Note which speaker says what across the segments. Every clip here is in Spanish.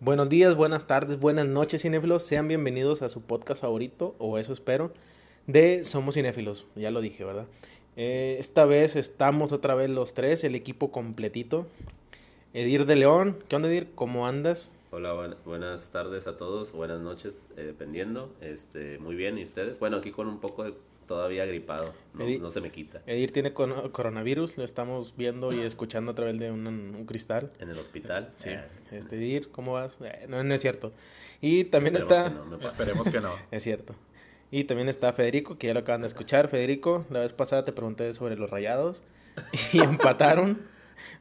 Speaker 1: Buenos días, buenas tardes, buenas noches, cinéfilos. Sean bienvenidos a su podcast favorito, o eso espero, de Somos Cinéfilos. Ya lo dije, ¿verdad? Eh, esta vez estamos otra vez los tres, el equipo completito. Edir de León, ¿qué onda, Edir? ¿Cómo andas?
Speaker 2: Hola, buen- buenas tardes a todos, buenas noches, eh, dependiendo. Este, muy bien, ¿y ustedes? Bueno, aquí con un poco de todavía gripado, no,
Speaker 1: Edi-
Speaker 2: no se me quita.
Speaker 1: Edir tiene cono- coronavirus, lo estamos viendo y escuchando a través de un, un cristal.
Speaker 2: En el hospital.
Speaker 1: Sí.
Speaker 2: eh,
Speaker 1: Este, Edir, ¿cómo vas? Eh, no, no es cierto. Y también
Speaker 2: esperemos
Speaker 1: está...
Speaker 2: que no me pase.
Speaker 3: Esperemos que no.
Speaker 1: Es cierto. Y también está Federico, que ya lo acaban de escuchar. Federico, la vez pasada te pregunté sobre los rayados y empataron.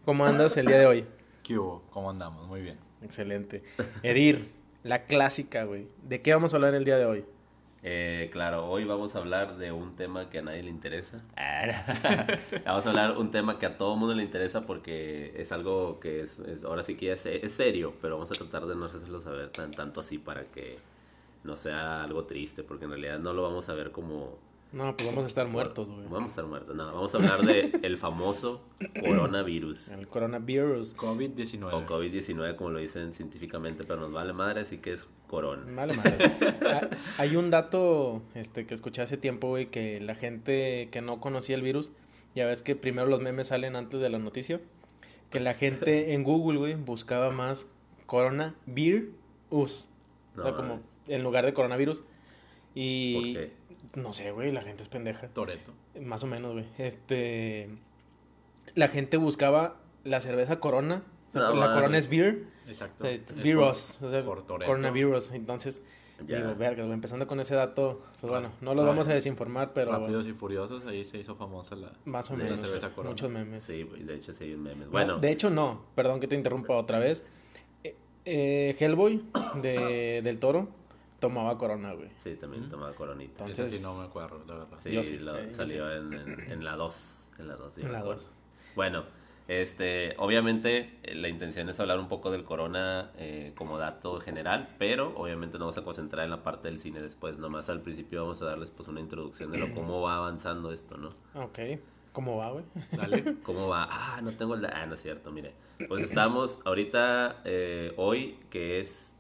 Speaker 1: ¿Cómo andas el día de hoy?
Speaker 3: ¿Qué hubo? ¿Cómo andamos? Muy bien.
Speaker 1: Excelente. Edir, la clásica, güey. ¿De qué vamos a hablar el día de hoy?
Speaker 2: Eh, claro, hoy vamos a hablar de un tema que a nadie le interesa.
Speaker 1: Ah.
Speaker 2: vamos a hablar un tema que a todo mundo le interesa porque es algo que es, es- ahora sí que ya es, es serio, pero vamos a tratar de no hacerlo saber tan, tanto así para que no sea algo triste, porque en realidad no lo vamos a ver como
Speaker 1: No, pues vamos a estar muertos, güey.
Speaker 2: Vamos a estar muertos. No, vamos a hablar de el famoso coronavirus
Speaker 1: El coronavirus.
Speaker 2: o
Speaker 3: COVID-19.
Speaker 2: COVID-19 como lo dicen científicamente, pero nos vale madre, así que es corona.
Speaker 1: Mala madre. Ah, Hay un dato este, que escuché hace tiempo, güey, que la gente que no conocía el virus, ya ves que primero los memes salen antes de la noticia, que la gente en Google, güey, buscaba más corona beer us. o sea,
Speaker 2: No,
Speaker 1: como
Speaker 2: mames.
Speaker 1: en lugar de coronavirus. Y
Speaker 2: ¿Por qué?
Speaker 1: no sé, güey, la gente es pendeja.
Speaker 3: Toreto.
Speaker 1: Más o menos, güey. Este. La gente buscaba la cerveza corona. O sea,
Speaker 2: No,
Speaker 1: la corona
Speaker 2: mames.
Speaker 1: es beer. O
Speaker 3: Exacto.
Speaker 1: sea,
Speaker 3: Es
Speaker 1: es
Speaker 3: por-
Speaker 1: virus, o sea,
Speaker 3: por Toretto.
Speaker 1: coronavirus. Entonces,
Speaker 2: Ya. Ah,
Speaker 1: digo, verga, güey, empezando con ese dato, pues bueno, no lo
Speaker 3: Vale.
Speaker 1: vamos a desinformar, pero
Speaker 3: Rápidos y furiosos, ahí se hizo famosa la...
Speaker 1: más o
Speaker 2: pues, de
Speaker 1: menos,
Speaker 3: cerveza corona.
Speaker 1: muchos memes.
Speaker 2: Sí, güey, de hecho sí hay un meme.
Speaker 1: No,
Speaker 2: Bueno,
Speaker 1: De hecho, no, perdón que te interrumpa otra vez. Eh, eh, Hellboy de, del Toro tomaba corona, güey.
Speaker 2: sí, también tomaba coronita.
Speaker 1: Entonces-
Speaker 3: Esa sí no me acuerdo, la verdad.
Speaker 2: Sí,
Speaker 1: yo sí,
Speaker 2: lo-
Speaker 1: eh, yo
Speaker 2: salió en, en- en la 2. En la 2.
Speaker 1: En la 2.
Speaker 2: pues. Bueno, este, obviamente eh, la intención es hablar un poco del corona eh, como dato general, pero obviamente nos vamos a concentrar en la parte del cine después. Nomás al principio vamos a darles pues una introducción de lo, cómo va avanzando esto, ¿no?
Speaker 1: Ok, ¿cómo va, güey?
Speaker 3: Dale.
Speaker 2: ¿Cómo va? Ah, no tengo el... da- Ah, no es cierto, mire. Pues estamos ahorita, eh, hoy, que es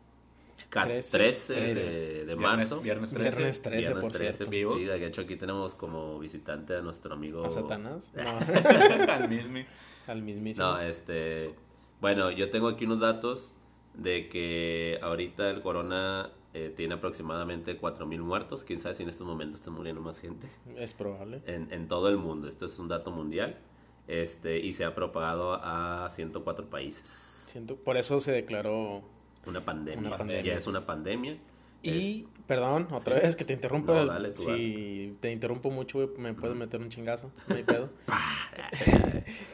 Speaker 2: ca-
Speaker 1: Trece.
Speaker 2: 13, de, de marzo.
Speaker 3: Viernes, viernes 13.
Speaker 1: Viernes 13,
Speaker 2: Viernes
Speaker 1: por
Speaker 2: 13,
Speaker 1: cierto.
Speaker 3: vivos.
Speaker 2: Sí, de hecho aquí tenemos como visitante a nuestro amigo...
Speaker 1: ¿A Satanás? No,
Speaker 3: Al mismo.
Speaker 1: al mismísimo.
Speaker 2: No, este. Bueno, yo tengo aquí unos datos de que ahorita el corona eh, tiene aproximadamente 4.000 muertos. Quién sabe si en estos momentos está muriendo más gente
Speaker 1: Es probable.
Speaker 2: en, en todo el mundo. Esto es un dato mundial. Este, y se ha propagado a 104 países.
Speaker 1: Siento, por eso se declaró
Speaker 2: Una pandemia.
Speaker 1: Una
Speaker 3: pandemia.
Speaker 2: Ya es una pandemia.
Speaker 1: Y, perdón, otra
Speaker 2: sí.
Speaker 1: vez que te interrumpa.
Speaker 2: No, dale tú,
Speaker 1: si te interrumpo mucho, güey, me puedes meter un chingazo. No hay pedo.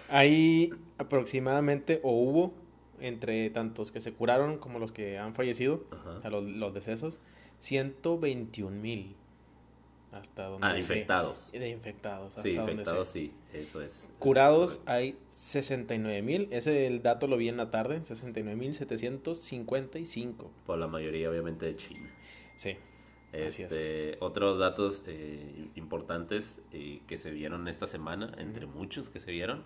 Speaker 1: Hay aproximadamente, o hubo, entre tantos que se curaron como los que han fallecido,
Speaker 2: Ajá.
Speaker 1: o sea, los, los decesos, 121 mil. Hasta donde
Speaker 2: Ah,
Speaker 1: sé.
Speaker 2: infectados.
Speaker 1: De infectados, hasta
Speaker 2: Sí,
Speaker 1: donde
Speaker 2: infectados,
Speaker 1: sé.
Speaker 2: sí. Eso es.
Speaker 1: Curados
Speaker 2: es-
Speaker 1: hay 69 mil. Ese el dato lo vi en la tarde, 69 mil 755.
Speaker 2: por la mayoría, obviamente, de China.
Speaker 1: Sí. Así es.
Speaker 2: Este, otros datos eh, importantes eh, que se vieron esta semana, entre muchos que se vieron,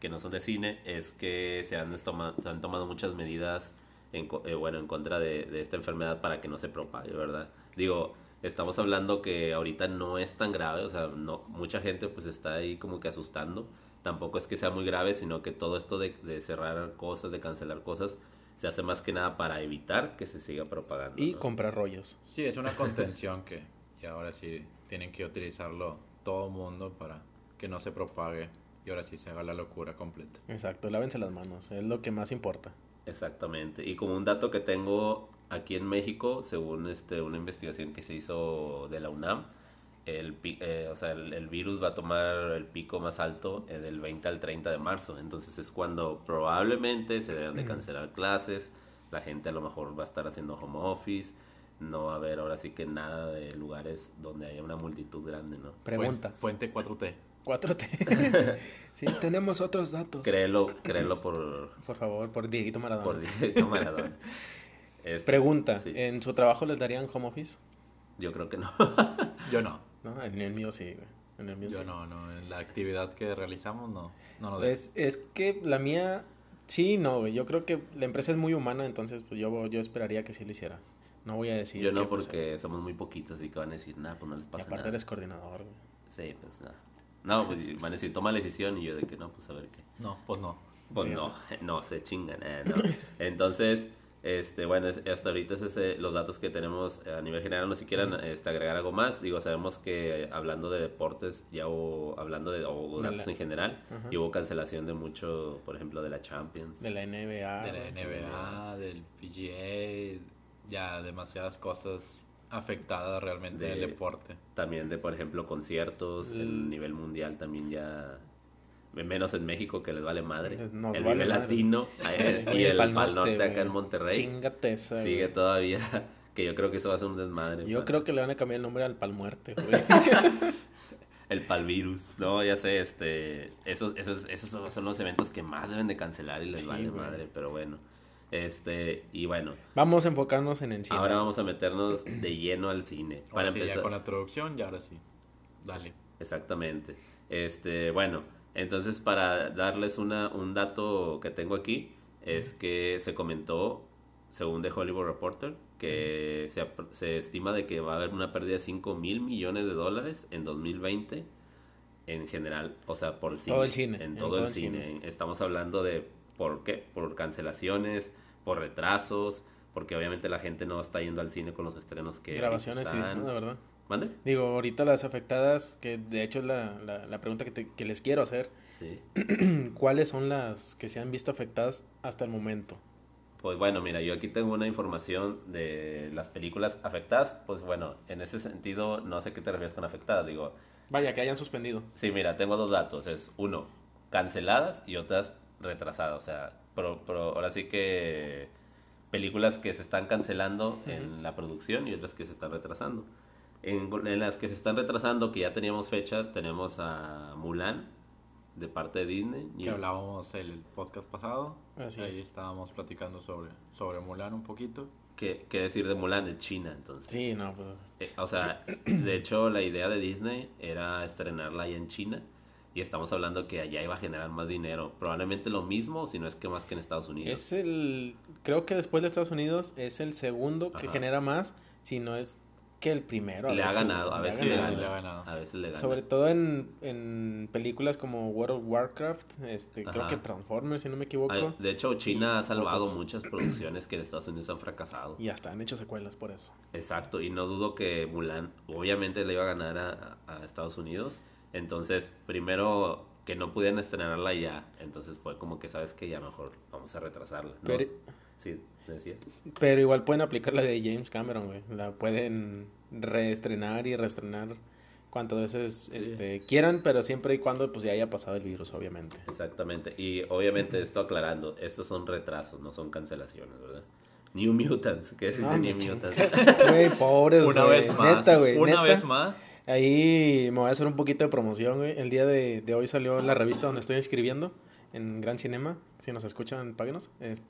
Speaker 2: que no son de cine, es que se han, estoma- se han tomado muchas medidas en, co- eh, bueno, en contra de, de esta enfermedad para que no se propague, ¿verdad? Digo, estamos hablando que ahorita no es tan grave, o sea, no, mucha gente pues está ahí como que asustando. Tampoco es que sea muy grave, sino que todo esto de, de cerrar cosas, de cancelar cosas, se hace más que nada para evitar que se siga propagando.
Speaker 1: Y
Speaker 2: ¿no?
Speaker 1: comprar rollos.
Speaker 3: Sí, es una contención que... Y ahora sí tienen que utilizarlo todo mundo para que no se propague. Y ahora sí se haga la locura completa.
Speaker 1: Exacto, lávense las manos, es lo que más importa.
Speaker 2: Exactamente. Y como un dato que tengo aquí en México, según este, una investigación que se hizo de la UNAM, el, pi- eh, o sea, el, el virus va a tomar el pico más alto eh, del 20 al 30 de marzo. Entonces es cuando probablemente se deben de
Speaker 1: Mm.
Speaker 2: cancelar clases, la gente a lo mejor va a estar haciendo home office, no va a haber ahora sí que nada de lugares donde haya una multitud grande, ¿no?
Speaker 1: Pregunta.
Speaker 3: Fuente, fuente 4T.
Speaker 1: 4T. sí, tenemos otros datos.
Speaker 2: Créelo, créelo por,
Speaker 1: Por favor, por Dieguito Maradona.
Speaker 2: por directo Maradona. Este,
Speaker 1: Pregunta, eh.
Speaker 2: sí,
Speaker 1: ¿en su trabajo les darían home office?
Speaker 2: yo creo que no.
Speaker 3: Yo no.
Speaker 1: No, en el mío sí, güey. En el mío
Speaker 3: Yo
Speaker 1: sí.
Speaker 3: no, no. En la actividad que realizamos, no. No lo dejo.
Speaker 1: Es, es que la mía Sí, no, güey. Yo creo que la empresa es muy humana, entonces pues yo, yo esperaría que sí lo hiciera. No voy a decir.
Speaker 2: Yo no,
Speaker 1: qué pasa.
Speaker 2: porque somos muy poquitos, así que van a decir, nada, pues no les
Speaker 1: Y
Speaker 2: pasa
Speaker 1: aparte
Speaker 2: nada.
Speaker 1: eres coordinador, güey.
Speaker 2: Sí, pues nada. No, pues van a decir, toma la decisión, y yo de que no, pues a ver qué.
Speaker 3: No, pues no.
Speaker 2: Pues no, no, se chingan. eh, no. Entonces, este, bueno, es- hasta ahorita es ese, los datos que tenemos eh, a nivel general. No si quieran este, agregar algo más. Digo, sabemos que eh, hablando de deportes, ya hubo, hablando de o
Speaker 1: De
Speaker 2: datos
Speaker 1: la-
Speaker 2: en general,
Speaker 1: Ajá.
Speaker 2: y hubo cancelación de mucho, por ejemplo, de la Champions.
Speaker 1: De la NBA.
Speaker 3: De la
Speaker 1: güey.
Speaker 3: NBA, del PGA, ya demasiadas cosas afectadas realmente
Speaker 2: De-
Speaker 3: del deporte.
Speaker 2: También de, por ejemplo, conciertos. El
Speaker 1: Mm.
Speaker 2: nivel mundial también ya. Menos en México, que les vale madre.
Speaker 1: Eh, Nos
Speaker 2: el
Speaker 1: vale madre.
Speaker 2: Vive Latino eh,
Speaker 1: Güey,
Speaker 2: y el Pal Norte, acá
Speaker 1: güey.
Speaker 2: en Monterrey.
Speaker 1: Chingate esa, güey.
Speaker 2: Sigue todavía. Que yo creo que eso va a ser un desmadre.
Speaker 1: Yo
Speaker 2: pa-
Speaker 1: creo que le van a cambiar el nombre al Pal Muerte, güey.
Speaker 2: El palvirus. No, ya sé, este. Esos, esos, esos son- son los eventos que más deben de cancelar y les
Speaker 1: Sí,
Speaker 2: vale
Speaker 1: güey.
Speaker 2: madre, pero bueno. Este, y bueno,
Speaker 1: Vamos a enfocarnos en el cine.
Speaker 2: ahora vamos a meternos de lleno al cine. Para
Speaker 3: Ahora sí,
Speaker 2: empezar.
Speaker 3: ya con la traducción, ya ahora sí. Dale.
Speaker 2: Exactamente. Este, bueno, entonces para darles una, un dato que tengo aquí, es que se comentó, según The Hollywood Reporter, que se, apr- se estima de que va a haber una pérdida de 5 mil millones de dólares en 2020 en general, o sea, por
Speaker 1: Todo el cine,
Speaker 2: En todo el cine. Estamos hablando de por qué, por cancelaciones, por retrasos, porque obviamente la gente no está yendo al cine con los estrenos que ahorita
Speaker 1: Grabaciones, sí,
Speaker 2: están.
Speaker 1: ¿no? la verdad.
Speaker 2: ¿Mande?
Speaker 1: Digo, ahorita las afectadas, que de hecho es la, la, la pregunta que, te- que les quiero hacer,
Speaker 2: Sí.
Speaker 1: ¿cuáles son las que se han visto afectadas hasta el momento?
Speaker 2: Pues bueno, mira, yo aquí tengo una información de las películas afectadas. Pues bueno, en ese sentido, no sé qué te refieres con afectadas. Digo,
Speaker 1: Vaya, que hayan suspendido.
Speaker 2: sí, mira, tengo dos datos. Es uno, canceladas y otras retrasadas. O sea, pero, ahora sí que películas que se están cancelando en la producción y otras que se están retrasando. En, en las que se están retrasando, que ya teníamos fecha, tenemos a Mulan de parte de Disney. y-
Speaker 3: Que hablábamos el podcast pasado.
Speaker 1: Así
Speaker 3: Ahí
Speaker 1: es.
Speaker 3: estábamos platicando sobre, sobre Mulan un poquito.
Speaker 2: ¿Qué, qué decir de Mulan? De China, entonces.
Speaker 1: Sí, no, pues...
Speaker 2: Eh, O sea, de hecho la idea de Disney era estrenarla allá en China y estamos hablando que allá iba a generar más dinero, probablemente lo mismo, si no es que más que en Estados Unidos.
Speaker 1: Es el, creo que después de Estados Unidos es el segundo que
Speaker 2: Ajá.
Speaker 1: genera más, si no es que el primero. a
Speaker 2: le ha
Speaker 1: veces,
Speaker 2: ganado,
Speaker 1: le ha
Speaker 2: a veces
Speaker 3: sí,
Speaker 2: le
Speaker 1: ganado.
Speaker 2: gana,
Speaker 3: le ha ganado.
Speaker 2: a veces le gana.
Speaker 1: Sobre todo en, en películas como World of Warcraft, este, creo
Speaker 2: Ajá.
Speaker 1: que Transformers, si no me equivoco,
Speaker 2: Ay, de hecho, China ha salvado
Speaker 1: otros.
Speaker 2: muchas producciones que en Estados Unidos han fracasado.
Speaker 1: y hasta han hecho secuelas por eso.
Speaker 2: Exacto, y no dudo que Mulan obviamente le iba a ganar a, a Estados Unidos. Entonces, primero que no pudieran estrenarla ya, entonces fue como que sabes que ya mejor vamos a retrasarla. No-
Speaker 1: Pero-
Speaker 2: Sí, decías.
Speaker 1: Pero igual pueden aplicar la de James Cameron, güey. La pueden reestrenar y reestrenar cuantas veces este, quieran, pero siempre y cuando pues ya haya pasado el virus, obviamente.
Speaker 2: Exactamente. Y obviamente esto aclarando, estos son retrasos, no son cancelaciones, ¿verdad? New Mutants, ¿qué es
Speaker 1: No,
Speaker 2: de
Speaker 1: me
Speaker 2: New
Speaker 1: chingas.
Speaker 2: Mutants?
Speaker 1: Güey, pobres,
Speaker 3: Una
Speaker 1: Pues, güey.
Speaker 3: vez más.
Speaker 1: Neta, güey.
Speaker 3: Una
Speaker 1: neta.
Speaker 3: vez más.
Speaker 1: Ahí me voy a hacer un poquito de promoción, güey. El día de, de hoy salió la revista donde estoy escribiendo, en Gran Cinema. Si nos escuchan, páguenos. Este...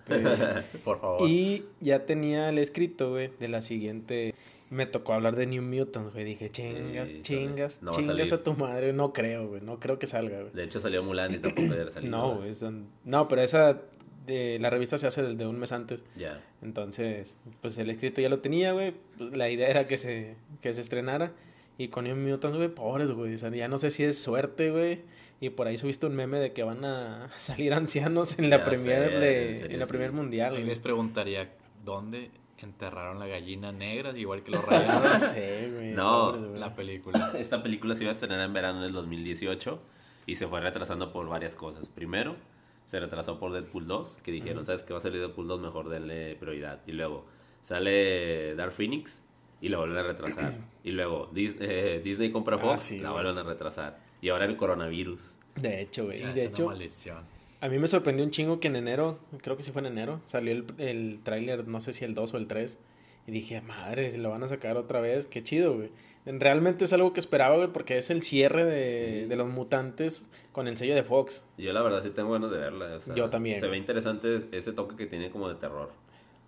Speaker 3: Por favor.
Speaker 1: Y ya tenía el escrito, güey, de la siguiente. Me tocó hablar de New Mutants, güey. Dije, chingas,
Speaker 2: Híjole,
Speaker 1: chingas,
Speaker 2: no va a
Speaker 1: chingas
Speaker 2: salir.
Speaker 1: a, tu madre. No creo, güey. No creo que salga, güey.
Speaker 2: De hecho salió Mulan y tampoco debe salir.
Speaker 1: No, güey. son- No, pero esa. De, la revista se hace desde un mes antes.
Speaker 2: Ya.
Speaker 1: Entonces, pues el escrito ya lo tenía, güey. pues, La idea era que se, que se estrenara. Y con New Mutants, güey, pobres, güey. O sea, ya no sé si es suerte, güey. Y por ahí subiste un meme de que van a salir ancianos en la
Speaker 2: Ya sé,
Speaker 1: Premier de,
Speaker 2: en
Speaker 1: en,
Speaker 2: serio,
Speaker 1: la
Speaker 2: sí.
Speaker 1: Premier Mundial.
Speaker 3: Ahí
Speaker 1: güey.
Speaker 3: les preguntaría, ¿dónde enterraron la gallina negra? Igual que los
Speaker 1: No
Speaker 3: rayados.
Speaker 1: sé, güey.
Speaker 2: No,
Speaker 1: pobres, güey.
Speaker 3: la película.
Speaker 2: Esta película se iba a estrenar en verano del 2018 y se fue retrasando por varias cosas. Primero, se retrasó por Deadpool 2, que dijeron, ¿sabes qué va a salir Deadpool 2? Mejor denle prioridad. Y luego sale Dark Phoenix y la vuelven a retrasar. y luego Dis- eh, Disney compra
Speaker 1: Ah,
Speaker 2: Fox,
Speaker 1: sí,
Speaker 2: la
Speaker 1: güey.
Speaker 2: vuelven a retrasar. Y ahora el coronavirus.
Speaker 1: De hecho, güey.
Speaker 3: Ah,
Speaker 1: Y
Speaker 3: es
Speaker 1: de
Speaker 3: una
Speaker 1: hecho,
Speaker 3: maldición.
Speaker 1: a mí me sorprendió un chingo que en enero, creo que sí fue en enero, salió el, el tráiler, no sé si el 2 o el 3. Y dije, madre, si lo van a sacar otra vez, qué chido, güey. Realmente es algo que esperaba, güey, porque es el cierre de,
Speaker 2: Sí.
Speaker 1: de los mutantes con el sello de Fox.
Speaker 2: Yo la verdad sí tengo ganas de verla. o sea,
Speaker 1: Yo también.
Speaker 2: Se ve interesante ese toque que tiene como de terror.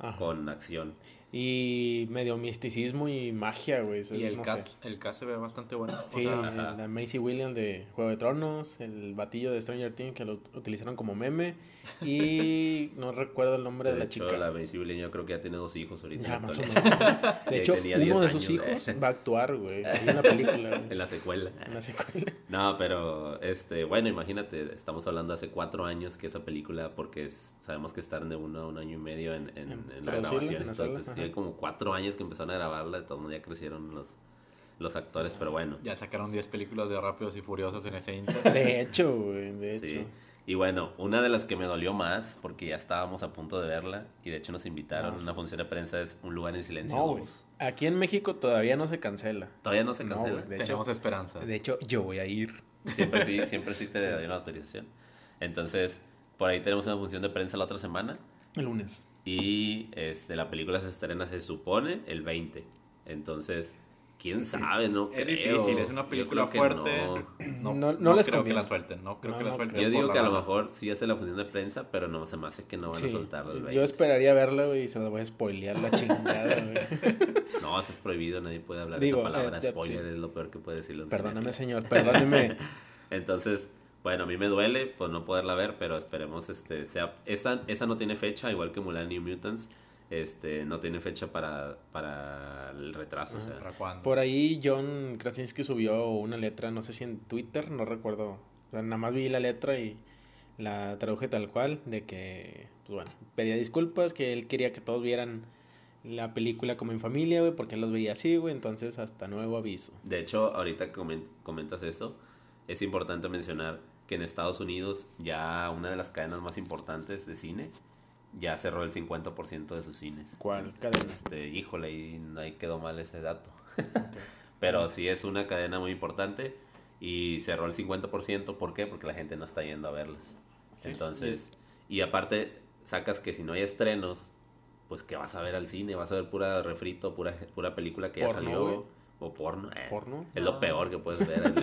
Speaker 1: Ajá.
Speaker 2: con acción.
Speaker 1: Y medio misticismo y magia, güey. eso
Speaker 3: Y
Speaker 1: es-
Speaker 3: el
Speaker 1: pues, no
Speaker 3: cat,
Speaker 1: sé.
Speaker 3: el cat se ve bastante bueno. O
Speaker 1: Sí,
Speaker 3: sea,
Speaker 2: Ajá.
Speaker 1: la Macy Williams de Juego de Tronos, el batillo de Stranger Things que lo utilizaron como meme. Y no recuerdo el nombre de,
Speaker 2: de
Speaker 1: la
Speaker 2: hecho,
Speaker 1: chica.
Speaker 2: la Macy Williams yo creo que ya tiene dos hijos ahorita.
Speaker 1: Ya, más o
Speaker 2: actualmente.
Speaker 1: menos. De
Speaker 2: Ya
Speaker 1: hecho,
Speaker 2: tenía
Speaker 1: uno
Speaker 2: 10
Speaker 1: de sus
Speaker 2: años,
Speaker 1: hijos
Speaker 2: eh.
Speaker 1: va a actuar, güey. En una película,
Speaker 2: en
Speaker 1: güey.
Speaker 2: la secuela.
Speaker 1: En la secuela.
Speaker 2: No, pero este, bueno, imagínate, estamos hablando hace cuatro años que esa película, porque es- sabemos que están de uno a un año y medio en, en,
Speaker 1: En
Speaker 2: en la
Speaker 1: producirla,
Speaker 2: grabación.
Speaker 1: en hacerla,
Speaker 2: Entonces,
Speaker 1: ajá.
Speaker 2: tiene como cuatro años que empezaron a grabarla, de todo mundo ya crecieron los, los actores, pero bueno.
Speaker 3: ya sacaron 10 películas de Rápidos y Furiosos en ese inter.
Speaker 1: De hecho, güey. De hecho.
Speaker 2: Sí. Y bueno, una de las que me dolió más, porque ya estábamos a punto de verla, y de hecho nos invitaron
Speaker 1: Ah,
Speaker 2: a
Speaker 1: sí.
Speaker 2: una función de prensa, es Un lugar en silencio.
Speaker 1: No, güey.
Speaker 2: dos.
Speaker 1: Aquí en México todavía no se cancela.
Speaker 2: Todavía no se
Speaker 1: No,
Speaker 2: cancela.
Speaker 1: güey, de hecho,
Speaker 3: Tenemos
Speaker 2: Ah.
Speaker 3: esperanza.
Speaker 1: de hecho, yo voy a ir.
Speaker 2: Siempre sí, siempre sí te doy una autorización. Entonces, por ahí tenemos una función de prensa la otra semana.
Speaker 1: El lunes.
Speaker 2: Y este, la película se estrena, se supone, el 20. Entonces, quién sabe, no
Speaker 3: Es
Speaker 2: creo.
Speaker 3: difícil, es una
Speaker 2: Yo
Speaker 3: película
Speaker 2: creo que
Speaker 3: fuerte.
Speaker 2: no.
Speaker 1: No- no
Speaker 3: No, no
Speaker 1: les
Speaker 3: creo que
Speaker 1: conviene.
Speaker 3: la suelten, no creo
Speaker 1: No,
Speaker 3: que la
Speaker 1: no
Speaker 3: suelten.
Speaker 2: Yo
Speaker 3: por
Speaker 2: digo
Speaker 3: la
Speaker 2: que a lo
Speaker 3: lana.
Speaker 2: mejor sí hace la función de prensa, pero no se me hace que no van a
Speaker 1: Sí.
Speaker 2: soltarla el 20.
Speaker 1: Yo esperaría verla, güey, y se la voy a spoilear la chingada, güey.
Speaker 2: No, eso es prohibido, nadie puede hablar
Speaker 1: Digo,
Speaker 2: esa palabra.
Speaker 1: eh, ya,
Speaker 2: Spoiler
Speaker 1: sí.
Speaker 2: es lo peor que puede decirlo. un
Speaker 1: Perdóname,
Speaker 2: cinéfilo.
Speaker 1: señor, perdóneme.
Speaker 2: Entonces, bueno, a mí me duele pues no poderla ver, pero esperemos este sea esa esa no tiene fecha, igual que Mulan New Mutants, este no tiene fecha para para el retraso, o sea,
Speaker 3: ¿Para cuándo?
Speaker 1: Por ahí John Krasinski subió una letra, no sé si en Twitter, no recuerdo. O sea, nada más vi la letra y la traduje tal cual, de que, pues bueno, pedía disculpas, que él quería que todos vieran la película como en familia, güey, porque él los veía así, güey, entonces hasta nuevo aviso.
Speaker 2: De hecho, ahorita que comen- comentas eso, es importante mencionar que en Estados Unidos ya una de las cadenas más importantes de cine ya cerró el 50% de sus cines.
Speaker 1: ¿Cuál cadena?
Speaker 2: Este, híjole, ahí, ahí quedó mal ese dato. Pero sí es una cadena muy importante y cerró el 50%, ¿por qué? Porque la gente no está yendo a verlas.
Speaker 1: Sí,
Speaker 2: Entonces, y aparte sacas que si no hay estrenos, pues que vas a ver al cine, vas a ver pura refrito, pura pura película que ya
Speaker 1: Porno,
Speaker 2: salió
Speaker 1: güey.
Speaker 2: o porno. eh.
Speaker 1: ¿Porno?
Speaker 2: Es lo
Speaker 3: Ah.
Speaker 2: peor que puedes ver en el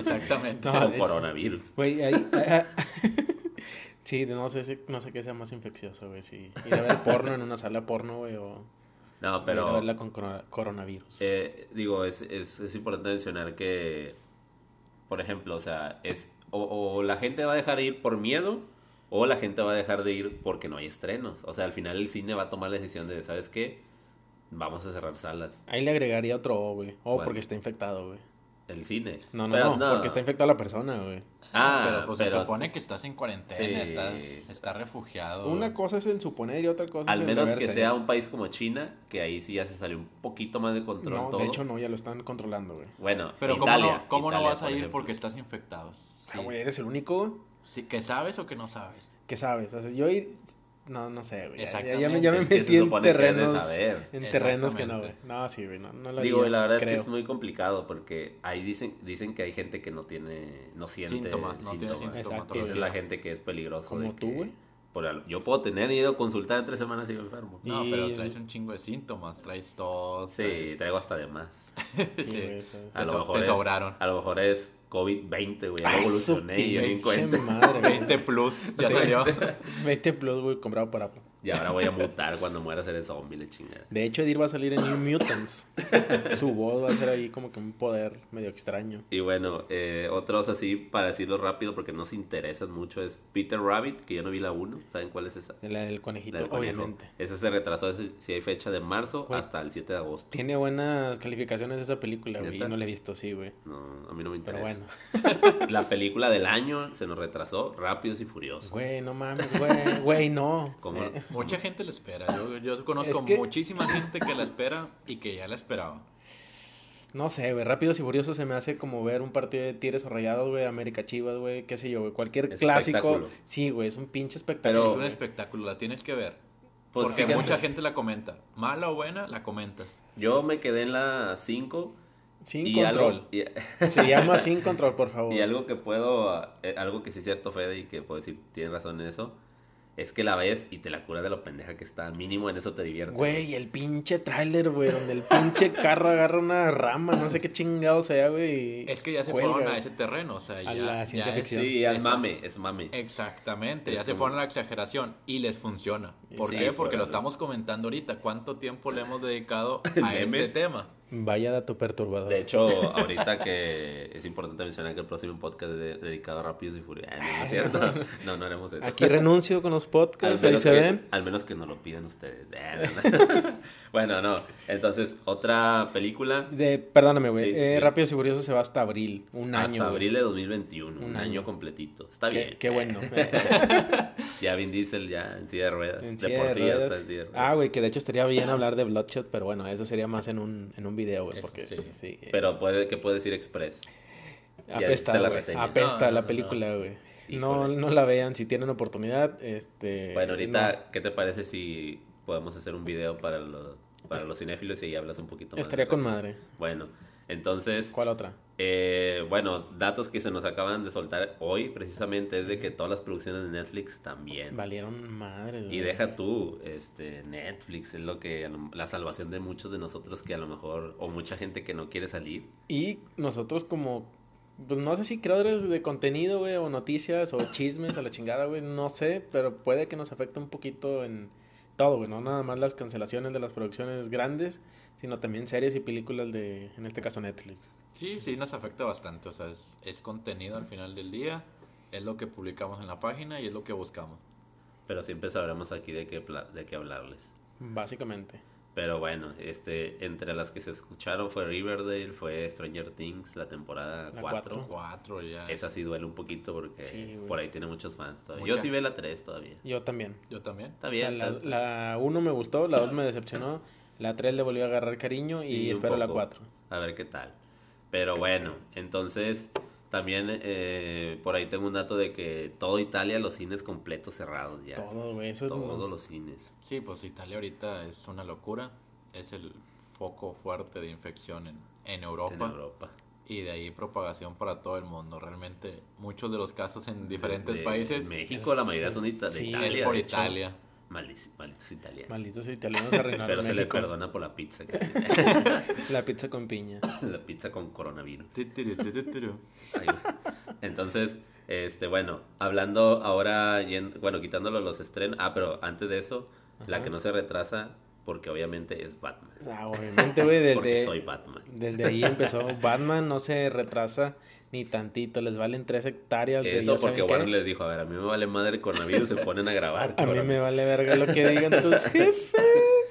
Speaker 3: Exactamente.
Speaker 1: No,
Speaker 2: con
Speaker 1: de hecho.
Speaker 2: coronavirus.
Speaker 1: Güey, ahí... ah, sí, no sé, si- no sé qué sea más infeccioso, güey, si ir a ver porno en una sala porno, güey, o
Speaker 2: No,
Speaker 1: ir a
Speaker 2: pero
Speaker 1: verla con corona- coronavirus.
Speaker 2: eh, digo, es, es, es importante mencionar que, por ejemplo, o sea, es o, o la gente va a dejar de ir por miedo o la gente va a dejar de ir porque no hay estrenos. O sea, al final el cine va a tomar la decisión de, ¿sabes qué? Vamos a cerrar salas.
Speaker 1: Ahí le agregaría otro O, güey. O
Speaker 2: ¿Cuál?
Speaker 1: porque está infectado, güey.
Speaker 2: El cine.
Speaker 1: No, no,
Speaker 2: Pero
Speaker 1: no, porque está infectada la persona, güey.
Speaker 2: Ah,
Speaker 3: pero
Speaker 2: pero,
Speaker 3: pues se supone que estás en cuarentena,
Speaker 2: Sí.
Speaker 3: estás, estás refugiado.
Speaker 1: Una cosa es el suponer y otra cosa es
Speaker 2: al
Speaker 1: el
Speaker 2: menos
Speaker 1: deber
Speaker 2: que
Speaker 1: ser.
Speaker 2: sea un país como China, que ahí sí ya se salió un poquito más de control
Speaker 1: No,
Speaker 2: todo.
Speaker 1: de hecho no, ya lo están controlando, güey.
Speaker 2: Bueno,
Speaker 3: Pero
Speaker 2: Italia,
Speaker 3: ¿cómo no, cómo no
Speaker 2: Italia,
Speaker 3: vas a
Speaker 2: por
Speaker 3: ir
Speaker 2: ejemplo.
Speaker 3: porque estás infectado? Sí.
Speaker 1: Ah, güey, eres el único
Speaker 3: Sí, ¿Que sabes o que no sabes?
Speaker 1: que sabes. O sea, yo ir... No, no sé, güey. Ya, ya- ya me,
Speaker 3: Exactamente.
Speaker 1: ya me
Speaker 2: Es que se
Speaker 1: metí en
Speaker 2: supone que has de
Speaker 1: terrenos...
Speaker 2: saber.
Speaker 1: En terrenos que no, güey.
Speaker 3: Exactamente.
Speaker 1: No, sí, güey, no, no lo
Speaker 2: Digo,
Speaker 1: haría,
Speaker 2: y la verdad es
Speaker 1: creo.
Speaker 2: que es muy complicado porque ahí dicen, dicen que hay gente que no tiene, no siente
Speaker 3: Síntomas, no tiene
Speaker 2: síntomas.
Speaker 3: síntomas.
Speaker 1: Exacto,
Speaker 2: Entonces
Speaker 1: güey.
Speaker 2: la gente que es peligroso.
Speaker 1: Como
Speaker 2: de
Speaker 1: tú,
Speaker 2: que-
Speaker 1: güey.
Speaker 2: por algo- yo puedo tener y he ido a consultar en tres semanas y me enfermo.
Speaker 3: No,
Speaker 1: Y-
Speaker 3: pero traes un chingo de síntomas, traes tos.
Speaker 2: Sí, traigo hasta de más.
Speaker 3: traes-
Speaker 1: Sí,
Speaker 3: sí.
Speaker 1: güey, eso es-
Speaker 2: A
Speaker 3: pues, Te
Speaker 2: lo
Speaker 3: so-
Speaker 2: mejor
Speaker 3: te
Speaker 2: es,
Speaker 3: sobraron.
Speaker 2: A lo mejor es COVID-20, güey. Ya
Speaker 1: Ah,
Speaker 2: lo
Speaker 1: su
Speaker 2: evolucioné y yo ni en
Speaker 1: pinche
Speaker 2: cuenta.
Speaker 1: madre, güey.
Speaker 3: 20 plus, ya salió.
Speaker 1: 20 plus, güey, comprado para...
Speaker 2: Y ahora voy a mutar cuando muera ser el zombie, la chingada.
Speaker 1: De hecho, Edir va a salir en New Mutants. Su voz va a ser ahí como que un poder medio extraño.
Speaker 2: Y bueno, eh, otros así, para decirlo rápido, porque no se interesan mucho, es Peter Rabbit, que yo no vi la 1. ¿Saben cuál es esa?
Speaker 1: La del conejito,
Speaker 2: La del conejo.
Speaker 1: obviamente.
Speaker 2: Ese se retrasó, ese- si hay fecha de marzo
Speaker 1: Güey.
Speaker 2: hasta el 7 de agosto.
Speaker 1: Tiene buenas calificaciones esa película, güey.
Speaker 2: ¿Neta? Pues,
Speaker 1: Y no la he visto, sí, güey.
Speaker 2: No, a mí no me
Speaker 1: Pero
Speaker 2: interesa.
Speaker 1: bueno.
Speaker 2: La película del año se nos retrasó, Rápidos y Furiosos.
Speaker 1: Güey, no mames, güey. Güey, no.
Speaker 2: Como-
Speaker 1: Eh,
Speaker 3: Mucha gente la espera. Yo, yo conozco
Speaker 1: Es que-
Speaker 3: muchísima gente que la espera y que ya la esperaba.
Speaker 1: no sé, güey. Rápidos y Furiosos se me hace como ver un partido de Tigres o Rayados, güey. América Chivas, güey. Qué sé yo, güey. Cualquier clásico.
Speaker 2: Espectáculo.
Speaker 1: Sí, güey. Es un pinche
Speaker 2: Pero-
Speaker 1: espectáculo.
Speaker 3: es un
Speaker 1: güey.
Speaker 3: espectáculo, la tienes que ver.
Speaker 2: Pues
Speaker 3: porque
Speaker 2: fíjate,
Speaker 3: mucha gente la comenta. Mala o buena, la comentas.
Speaker 2: Yo me quedé en la 5.
Speaker 1: Sin
Speaker 2: y
Speaker 1: control. Oh.
Speaker 2: Algo, y,
Speaker 1: Se llama Sin Control, por favor.
Speaker 2: y algo que puedo, eh, algo que sí es cierto, Fede, y que puedo decir, tienes razón en eso, es que la ves y te la cura de lo pendeja que está. Mínimo en eso te diviertes.
Speaker 1: Güey, el pinche tráiler, güey, donde el pinche carro agarra una rama, no sé qué chingado sea, güey. y
Speaker 3: Es que ya se
Speaker 1: cuelga,
Speaker 3: fueron a
Speaker 1: güey.
Speaker 3: ese terreno, o sea, ya.
Speaker 1: A la
Speaker 3: ya
Speaker 1: ciencia
Speaker 3: es-
Speaker 1: ficción.
Speaker 2: Sí, es
Speaker 3: Eso.
Speaker 2: mame, es mame.
Speaker 1: Eh,
Speaker 3: Exactamente,
Speaker 2: Es
Speaker 3: ya se
Speaker 2: como-
Speaker 3: fueron a la exageración y les funciona. ¿Por
Speaker 2: Sí,
Speaker 3: qué?
Speaker 2: por
Speaker 3: Porque lo
Speaker 2: algo.
Speaker 3: estamos comentando ahorita. ¿Cuánto tiempo le hemos dedicado a este
Speaker 2: Memes.
Speaker 3: tema?
Speaker 1: Vaya dato perturbador.
Speaker 2: De hecho, ahorita que es importante mencionar que el próximo podcast es de- dedicado a Rápidos y Furiosos. Ah, no, no es cierto. No, no haremos eso.
Speaker 1: Aquí renuncio con los podcasts, ahí se
Speaker 2: que,
Speaker 1: ven.
Speaker 2: al menos que nos lo pidan ustedes. Eh, no, no. bueno, no. Entonces, otra película
Speaker 1: De, perdóname, güey.
Speaker 2: Sí,
Speaker 1: eh,
Speaker 2: sí.
Speaker 1: Rápidos y Furiosos se va hasta abril, un
Speaker 2: hasta
Speaker 1: año. güey.
Speaker 2: abril de 2021. Un,
Speaker 1: Un
Speaker 2: año
Speaker 1: año.
Speaker 2: completito. Está bien. eh,
Speaker 1: Qué, qué bueno.
Speaker 2: Ya Vin Diesel ya en silla de ruedas.
Speaker 1: En
Speaker 2: de
Speaker 1: silla
Speaker 2: por
Speaker 1: de
Speaker 2: sí
Speaker 1: ruedas.
Speaker 2: ya está en silla de ruedas.
Speaker 1: Ah, güey, que de hecho estaría bien hablar de Bloodshot, pero bueno, eso sería más en un, en un video, güey,
Speaker 3: Eso
Speaker 1: porque
Speaker 3: sí.
Speaker 1: sí.
Speaker 2: Pero puede, que puede decir Express. ya
Speaker 1: apesta,
Speaker 2: hiciste la
Speaker 1: güey,
Speaker 2: reseña.
Speaker 1: apesta
Speaker 3: No, no,
Speaker 1: la
Speaker 3: no,
Speaker 1: película, güey. No,
Speaker 2: Híjole.
Speaker 1: no la vean si tienen oportunidad, este...
Speaker 2: Bueno, ahorita,
Speaker 1: no.
Speaker 2: ¿qué te parece si podemos hacer un video para los, para los cinéfilos y ahí hablas un poquito más? de
Speaker 1: Estaría
Speaker 2: la
Speaker 1: con
Speaker 2: serie?
Speaker 1: madre.
Speaker 2: Bueno, entonces,
Speaker 1: ¿Cuál otra?
Speaker 2: eh, bueno, datos que se nos acaban de soltar hoy precisamente es de que todas las producciones de Netflix también.
Speaker 1: Valieron madre, güey.
Speaker 2: Y deja tú, este, Netflix es lo que, a lo- la salvación de muchos de nosotros que a lo mejor, o mucha gente que no quiere salir.
Speaker 1: Y nosotros como, pues no sé si creadores de contenido, güey, o noticias, o chismes, a la chingada, güey, no sé, pero puede que nos afecte un poquito en todo, güey, no nada más las cancelaciones de las producciones grandes, sino también series y películas de, en este caso, Netflix.
Speaker 3: Sí, sí, nos afecta bastante. O sea, es, es contenido al final del día, es lo que publicamos en la página y es lo que buscamos.
Speaker 2: Pero siempre sabremos aquí de qué, pla- de qué hablarles.
Speaker 1: Básicamente.
Speaker 2: Pero bueno, este, entre las que se escucharon fue Riverdale, fue Stranger Things, la temporada
Speaker 1: La
Speaker 2: 4.
Speaker 1: cuatro.
Speaker 3: Cuatro ya.
Speaker 2: Esa sí duele un poquito porque
Speaker 1: Sí, güey.
Speaker 2: por ahí tiene muchos fans todavía. Yo
Speaker 3: Mucha.
Speaker 2: sí veo la 3 todavía.
Speaker 1: Yo también.
Speaker 3: Yo también.
Speaker 2: Está
Speaker 1: O sea,
Speaker 2: bien. está-
Speaker 1: la 1 me gustó, la 2 me decepcionó, la 3 le volvió a agarrar cariño y
Speaker 2: Sí, un
Speaker 1: espero la
Speaker 2: poco.
Speaker 1: 4.
Speaker 2: A ver qué tal. Pero bueno, entonces también eh, por ahí tengo un dato de que todo Italia, los cines completos cerrados ya.
Speaker 1: Todo, güey, eso
Speaker 2: Todos
Speaker 1: nos-
Speaker 2: los cines.
Speaker 3: Sí, pues Italia ahorita es una locura. Es el foco fuerte de infección en, en Europa.
Speaker 2: En Europa.
Speaker 3: Y de ahí propagación para todo el mundo. Realmente, muchos de los casos en diferentes
Speaker 2: De-
Speaker 3: países
Speaker 2: En México la mayoría son de, Ita- de
Speaker 1: Sí, es
Speaker 2: Italia.
Speaker 3: es por
Speaker 2: de hecho.
Speaker 3: Italia.
Speaker 2: Maldici- malditos italianos.
Speaker 1: Malditos italianos arruinaron
Speaker 2: Pero se le
Speaker 1: México.
Speaker 2: perdona por la pizza que tiene.
Speaker 1: La pizza con piña.
Speaker 2: la pizza con coronavirus.
Speaker 3: Ti, tiri, ti, ti, tiru.
Speaker 2: Ahí va. Entonces, este, bueno, hablando ahora, y en- bueno, quitándolo los estrenos. Ah, pero antes de eso, la
Speaker 1: Ajá.
Speaker 2: que no se retrasa, porque obviamente es Batman.
Speaker 1: O sea, Ah, obviamente, güey,
Speaker 2: Porque
Speaker 1: desde,
Speaker 2: soy Batman.
Speaker 1: desde ahí empezó. Batman no se retrasa ni tantito. Les valen tres hectáreas. de
Speaker 2: Eso
Speaker 1: ya saben
Speaker 2: porque
Speaker 1: qué.
Speaker 2: Warren les dijo, a ver, a mí me vale madre el coronavirus, se ponen a grabar.
Speaker 1: A mí
Speaker 2: cabrón.
Speaker 1: me vale verga lo que digan tus jefes.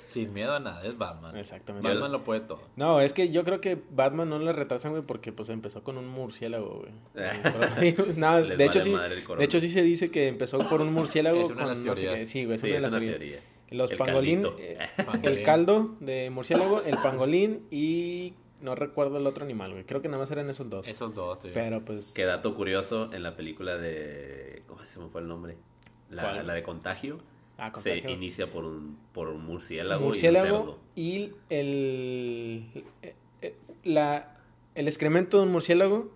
Speaker 3: Sin miedo a nada, es Batman.
Speaker 1: Exactamente.
Speaker 3: Batman lo puede todo.
Speaker 1: No, es que yo creo que Batman no le retrasan, güey, porque pues empezó con un murciélago, güey. El coronavirus. No,
Speaker 2: Les
Speaker 1: de hecho
Speaker 2: vale
Speaker 1: sí,
Speaker 2: madre el corona.
Speaker 1: de hecho sí se dice que empezó por un murciélago
Speaker 3: Es una de
Speaker 1: con
Speaker 3: las
Speaker 1: no sé
Speaker 3: teorías.
Speaker 1: qué. Sí, güey, es
Speaker 2: Sí,
Speaker 1: una de
Speaker 2: es
Speaker 1: las
Speaker 2: una
Speaker 1: teorías.
Speaker 2: teoría.
Speaker 1: Los
Speaker 2: El
Speaker 1: pangolín,
Speaker 2: caldito.
Speaker 1: eh,
Speaker 3: Pangolín.
Speaker 1: el caldo de murciélago, el pangolín y no recuerdo el otro animal, güey. Creo que nada más eran esos dos.
Speaker 3: Esos dos, sí.
Speaker 1: Pero pues
Speaker 2: Que dato curioso, en la película de... ¿Cómo se me fue el nombre? La,
Speaker 1: ¿Cuál?
Speaker 2: la de Contagio.
Speaker 1: ah,
Speaker 2: Se
Speaker 1: contagio.
Speaker 2: inicia por un, por un murciélago, y un
Speaker 1: murciélago
Speaker 2: cerdo.
Speaker 1: y el eh, eh, la el excremento de un murciélago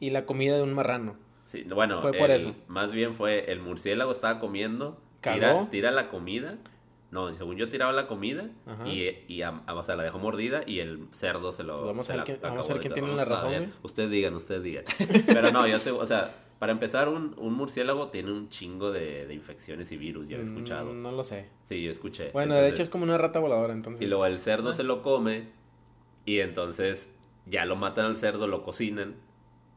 Speaker 1: y la comida de un marrano.
Speaker 2: Sí, no, bueno,
Speaker 1: Fue por
Speaker 2: el-
Speaker 1: eso.
Speaker 2: más bien fue el murciélago estaba comiendo,
Speaker 1: Cagó.
Speaker 2: tira, tira la comida. No, según yo tiraba la comida
Speaker 1: Ajá.
Speaker 2: y, y am- o sea, la dejó mordida y el cerdo se lo...
Speaker 1: Pues vamos
Speaker 2: se
Speaker 1: a ver
Speaker 2: la-
Speaker 1: quién-
Speaker 2: la
Speaker 1: vamos a
Speaker 2: acabó
Speaker 1: ver quién
Speaker 2: de-
Speaker 1: tiene
Speaker 2: vamos
Speaker 1: la
Speaker 2: a
Speaker 1: razón,
Speaker 2: ver.
Speaker 1: güey.
Speaker 2: Ustedes digan, ustedes digan. Pero no, yo sé, o sea, para empezar, un, un murciélago tiene un chingo de, de infecciones y virus, ya he escuchado.
Speaker 1: Mm, No lo sé.
Speaker 2: Sí, yo escuché.
Speaker 1: Bueno, de
Speaker 2: Entonces,
Speaker 1: hecho es como una rata voladora, entonces.
Speaker 2: y luego el cerdo se lo come y entonces ya lo matan al cerdo, lo cocinan.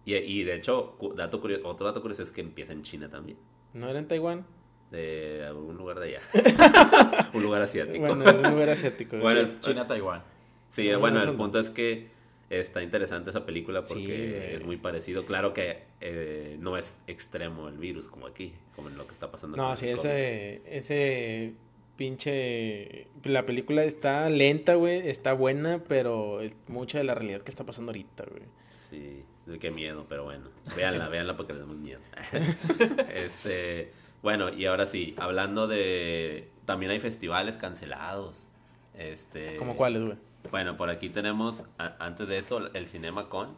Speaker 2: Y, y de hecho, cu- dato curioso, otro dato curioso es que empieza en China también.
Speaker 1: ¿No era en Taiwán?
Speaker 2: De algún lugar de allá. un lugar asiático.
Speaker 1: Bueno, en un lugar asiático.
Speaker 2: Bueno,
Speaker 1: sí.
Speaker 2: el-
Speaker 3: China, Taiwán.
Speaker 2: sí,
Speaker 1: no,
Speaker 2: bueno,
Speaker 1: no,
Speaker 2: el
Speaker 1: no.
Speaker 2: punto es que está interesante esa película
Speaker 1: Sí,
Speaker 2: porque
Speaker 1: güey.
Speaker 2: es muy parecido. Claro que eh, no es extremo el virus como aquí, como en lo que está pasando. con
Speaker 1: No,
Speaker 2: el
Speaker 1: sí,
Speaker 2: COVID.
Speaker 1: ese, ese pinche... La película está lenta, güey, está buena, pero es mucha de la realidad que está pasando ahorita, güey.
Speaker 2: Sí, de qué miedo, pero bueno. Véanla, véanla porque le damos miedo. este, bueno, y ahora sí, hablando de... También hay festivales cancelados. Este,
Speaker 1: ¿Cómo cuáles, güey?
Speaker 2: Bueno, por aquí tenemos, a- antes de eso, el CinemaCon,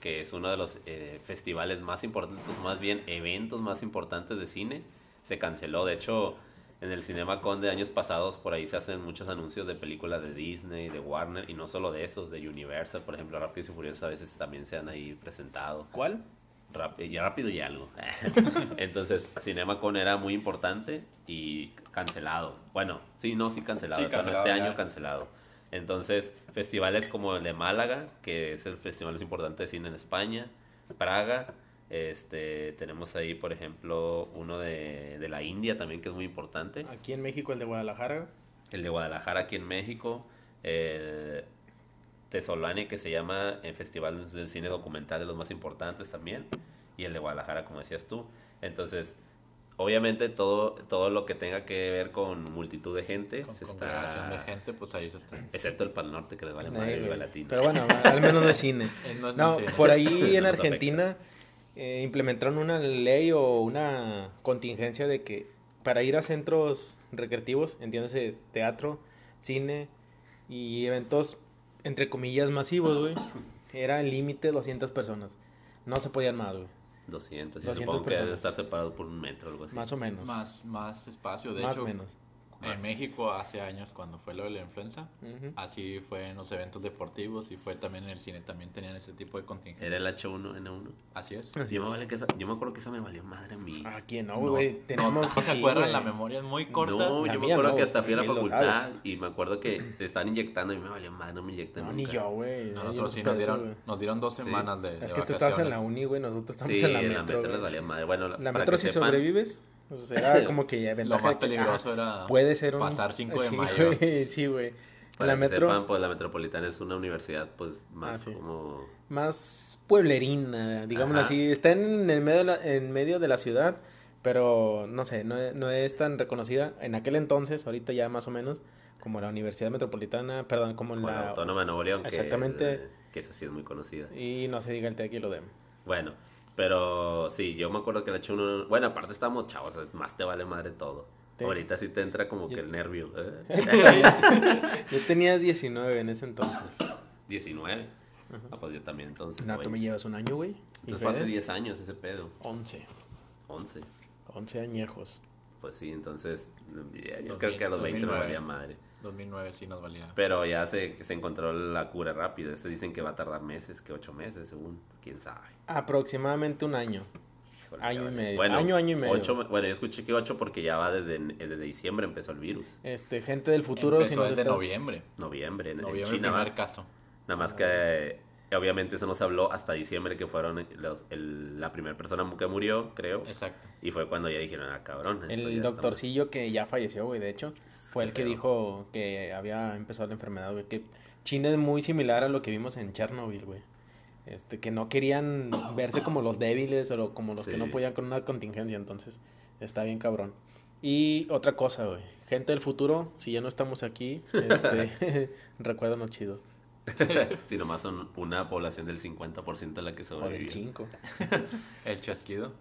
Speaker 2: que es uno de los eh, festivales más importantes, más bien eventos más importantes de cine. se canceló. De hecho, en el CinemaCon de años pasados, por ahí se hacen muchos anuncios de películas de Disney, de Warner, y no solo de esos, de Universal, por ejemplo, Rápidos y Furiosos a veces también se han ahí presentado.
Speaker 1: ¿Cuál?
Speaker 2: Rápido, ya rápido y algo. Entonces, CinemaCon era muy importante y cancelado. Bueno, sí, no, sí cancelado.
Speaker 4: Sí,
Speaker 2: pero
Speaker 4: cancelado
Speaker 2: este
Speaker 4: ya.
Speaker 2: año cancelado. Entonces, festivales como el de Málaga, que es el festival más importante de cine en España, Praga, este, tenemos ahí, por ejemplo, uno de, de la India también, que es muy importante.
Speaker 1: Aquí en México, el de Guadalajara.
Speaker 2: El de Guadalajara aquí en México. El Tesolane, que se llama el Festival del Cine Documental de los más importantes también. Y el de Guadalajara, como decías tú. Entonces, obviamente todo, todo lo que tenga que ver con multitud de gente.
Speaker 3: Con
Speaker 2: se está-
Speaker 3: congregación de gente, pues ahí se está.
Speaker 2: Excepto el Pal Norte, que les vale
Speaker 1: Ay,
Speaker 2: madre, viva
Speaker 1: güey.
Speaker 2: Latino.
Speaker 1: Pero bueno, al menos no es cine.
Speaker 3: Eh, no es
Speaker 1: No,
Speaker 3: mi cine.
Speaker 1: por ahí en
Speaker 2: No nos
Speaker 1: Argentina eh, implementaron una ley o una contingencia de que para ir a centros recreativos, entiéndase teatro, cine y eventos entre comillas masivos, güey, era el límite 200 personas. No se podían más, güey,
Speaker 2: 200, y
Speaker 1: 200
Speaker 2: supongo que deben
Speaker 1: personas.
Speaker 2: estar separados por un metro o algo así.
Speaker 1: más o menos. Más
Speaker 3: Más, más espacio, de
Speaker 1: o
Speaker 3: hecho.
Speaker 1: menos.
Speaker 3: En
Speaker 2: Más.
Speaker 3: México hace años cuando fue lo de la influenza,
Speaker 1: Ujú.
Speaker 3: así fue en los eventos deportivos y fue también en el cine, también tenían ese tipo de contingencias.
Speaker 2: Era el H1N1.
Speaker 3: Así es.
Speaker 1: Así
Speaker 2: Yo me,
Speaker 1: es.
Speaker 2: vale que esa- yo me acuerdo que esa me valió madre a mí.
Speaker 1: Ah, ¿quién no,
Speaker 3: No,
Speaker 1: güey?
Speaker 3: no,
Speaker 1: Tenemos
Speaker 3: ¿No se
Speaker 1: sí,
Speaker 3: acuerdan?
Speaker 1: güey.
Speaker 3: La memoria es muy corta.
Speaker 2: No,
Speaker 1: La
Speaker 2: yo me
Speaker 1: mía
Speaker 2: acuerdo
Speaker 1: no,
Speaker 2: que hasta fui a la
Speaker 1: también los
Speaker 2: facultad
Speaker 1: estados.
Speaker 2: y me acuerdo que te estaban inyectando y me valió madre, no me inyectan
Speaker 1: No, ni
Speaker 2: nunca.
Speaker 1: yo, güey.
Speaker 3: A
Speaker 1: Yo
Speaker 3: Nosotros
Speaker 1: no
Speaker 3: sí
Speaker 1: pedo,
Speaker 3: nos dieron,
Speaker 1: güey.
Speaker 3: nos dieron dos
Speaker 2: Sí.
Speaker 3: semanas de, de
Speaker 1: Es que tú estabas en
Speaker 3: vacaciones.
Speaker 1: la uni, güey, nosotros estamos
Speaker 2: Sí,
Speaker 1: en la metro. güey.
Speaker 2: les valía madre. Bueno,
Speaker 1: La
Speaker 2: para
Speaker 1: metro
Speaker 2: que
Speaker 1: si
Speaker 2: sepan,
Speaker 1: sobrevives, pues era como que ya
Speaker 3: Lo
Speaker 1: ventaja
Speaker 3: más
Speaker 1: de que, ah,
Speaker 3: peligroso era
Speaker 1: puede ser un
Speaker 3: pasar 5 de
Speaker 1: sí,
Speaker 3: mayo.
Speaker 1: güey, sí, güey.
Speaker 2: para
Speaker 1: La
Speaker 2: que
Speaker 1: metro
Speaker 2: sepan, pues la metropolitana es una universidad, pues más
Speaker 1: Ah, sí.
Speaker 2: como.
Speaker 1: más pueblerina, digámoslo
Speaker 2: Ajá.
Speaker 1: así, está en el medio de la, en medio de la ciudad, pero no sé, no, e- no es tan reconocida en aquel entonces, ahorita ya más o menos como la Universidad Metropolitana, perdón, como
Speaker 2: como la
Speaker 1: la
Speaker 2: Autónoma de Nuevo León, que,
Speaker 1: Exactamente.
Speaker 2: que esa sí es muy conocida.
Speaker 1: y no se diga el TEC y lo dem.
Speaker 2: Bueno, pero sí, yo me acuerdo que la H1N1. Bueno, aparte estábamos chavos, o sea, más te vale madre todo.
Speaker 1: Te-
Speaker 2: Ahorita sí te entra como que
Speaker 1: Yo-
Speaker 2: el nervio. ¿eh?
Speaker 1: Yo tenía 19 en ese entonces.
Speaker 2: 19. Ah, pues yo también entonces.
Speaker 1: No,
Speaker 2: güey.
Speaker 1: tú me llevas un año, güey. ¿Y
Speaker 2: Entonces fue hace
Speaker 1: Fede?
Speaker 2: 10 años ese pedo.
Speaker 1: 11,
Speaker 2: 11.
Speaker 1: 11 añejos.
Speaker 2: Pues sí, entonces ya, yo
Speaker 3: 2000,
Speaker 2: creo que a los 20 me
Speaker 3: 2009.
Speaker 2: valía madre.
Speaker 3: 2009 sí nos valía.
Speaker 2: Pero ya se, se encontró la cura rápida. Se dicen que va a tardar meses, que ocho meses, según quién sabe.
Speaker 1: Aproximadamente un año.
Speaker 2: Híjole,
Speaker 1: Año
Speaker 2: qué
Speaker 1: y
Speaker 2: vale.
Speaker 1: medio. Año, año y medio.
Speaker 2: ocho- bueno, yo escuché que ocho porque ya va desde, desde diciembre empezó el virus.
Speaker 1: Este, gente del futuro, si
Speaker 3: Empezó
Speaker 1: nos
Speaker 3: desde
Speaker 1: estás...
Speaker 3: noviembre.
Speaker 2: Noviembre, en, en
Speaker 3: Noviembre
Speaker 2: China.
Speaker 3: primer
Speaker 2: va.
Speaker 3: caso.
Speaker 2: Nada más que eh,
Speaker 1: Ah.
Speaker 2: obviamente eso no se habló hasta diciembre que fueron los- el- la primera persona que murió, creo.
Speaker 3: Exacto.
Speaker 2: Y fue cuando ya dijeron, ah, cabrón. esto ya
Speaker 1: El
Speaker 2: está
Speaker 1: doctorcillo que ya falleció, güey, de hecho, fue
Speaker 2: Qué
Speaker 1: el que
Speaker 2: feo.
Speaker 1: dijo que había empezado la enfermedad, güey, que China es muy similar a lo que vimos en Chernobyl, güey. Este, que no querían verse como los débiles o lo- como los que no
Speaker 2: Sí.
Speaker 1: podían con una contingencia, entonces está bien cabrón. Y otra cosa, güey, gente del futuro, si ya no estamos aquí, este, recuérdanos chido,
Speaker 2: si nomás son una población del 50% la que
Speaker 1: o del
Speaker 2: sobrevive.
Speaker 1: 5.
Speaker 3: El chasquido.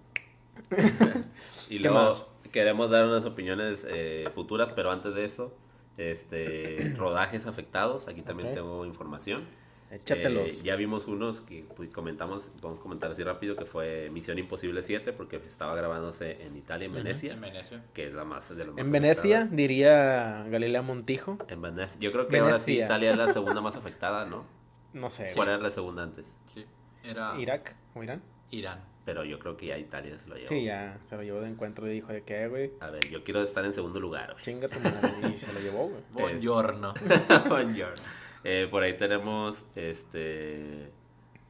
Speaker 2: Y
Speaker 1: ¿Qué
Speaker 2: luego
Speaker 1: más?
Speaker 2: queremos dar unas opiniones eh, futuras, pero antes de eso, este rodajes afectados, aquí también
Speaker 1: Ok.
Speaker 2: tengo información. Eh,
Speaker 1: Échatelos.
Speaker 2: ya vimos unos que pues, comentamos, vamos a comentar así rápido, que fue Misión Imposible 7, porque estaba grabándose en Italia, en
Speaker 1: Ujú.
Speaker 2: Venecia,
Speaker 3: En Venecia.
Speaker 2: que es la más de las más
Speaker 1: En Venecia,
Speaker 2: afectadas.
Speaker 1: diría Galilea Montijo,
Speaker 2: En Venecia. Yo creo que ahora sí
Speaker 1: Venecia.
Speaker 2: Italia es la segunda más afectada, ¿no?
Speaker 1: no sé,
Speaker 2: ¿Cuál era la segunda antes?
Speaker 3: Sí. Era
Speaker 1: Irak o Irán.
Speaker 3: Irán.
Speaker 2: Pero yo creo que ya Italia se lo llevó.
Speaker 1: Sí, ya se lo llevó de encuentro y dijo de que, "Eh, güey,
Speaker 2: A ver, yo quiero estar en segundo lugar. güey.
Speaker 1: chinga tu madre. Y se lo llevó, güey.
Speaker 2: Pues,
Speaker 3: Buongiorno.
Speaker 2: Bonjour. Eh, por ahí tenemos este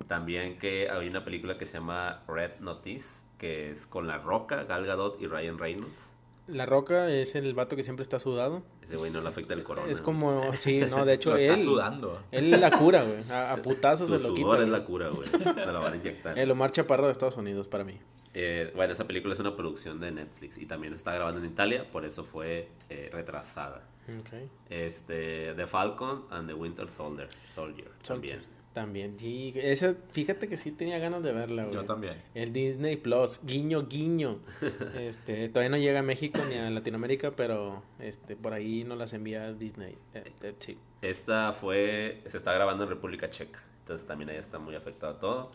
Speaker 2: también que hay una película que se llama Red Notice, que es con La Roca, Gal Gadot y Ryan Reynolds.
Speaker 1: La Roca es el vato que siempre está sudado.
Speaker 2: Ese güey no le afecta el corona.
Speaker 1: Es como, sí, no, de hecho,
Speaker 3: Lo está
Speaker 1: él.
Speaker 3: sudando.
Speaker 1: Él la cura, güey. A, a
Speaker 2: Su
Speaker 1: putazos se lo quita.
Speaker 2: sudor es
Speaker 1: güey.
Speaker 2: la cura, güey. Te la van a inyectar.
Speaker 1: El Omar Chaparro de Estados Unidos, para mí.
Speaker 2: Eh, bueno, esa película es una producción de Netflix y también está grabando en Italia, por eso fue eh, retrasada.
Speaker 1: Ok.
Speaker 2: Este, The Falcon and the Winter Soldier. Soldier, también.
Speaker 1: También, sí. Esa, fíjate que sí tenía ganas de verla, güey.
Speaker 3: Yo también.
Speaker 1: El Disney Plus, guiño, guiño. Este, todavía no llega a México ni a Latinoamérica, pero este, por ahí nos las envía Disney. Eh, eh, sí.
Speaker 2: Esta fue, se está grabando en República Checa, entonces también ahí está muy afectado todo.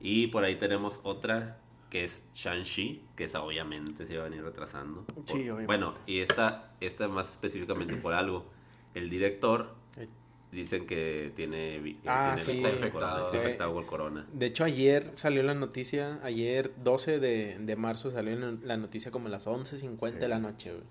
Speaker 2: Y por ahí tenemos otra que es Shang-Chi, que esa obviamente se va a venir retrasando. Por-
Speaker 1: Sí, obviamente.
Speaker 2: Bueno, y esta, esta más específicamente por algo. El director
Speaker 1: Eh.
Speaker 2: dicen que tiene, vi- que
Speaker 1: Ah,
Speaker 2: tiene
Speaker 1: sí.
Speaker 2: está
Speaker 3: Está
Speaker 2: infectado,
Speaker 3: infectado.
Speaker 2: está
Speaker 1: Fue-
Speaker 2: infectado por corona.
Speaker 1: De hecho, ayer salió la noticia, ayer 12 de, de marzo salió la- la noticia como a las 11.50 de la noche, güey.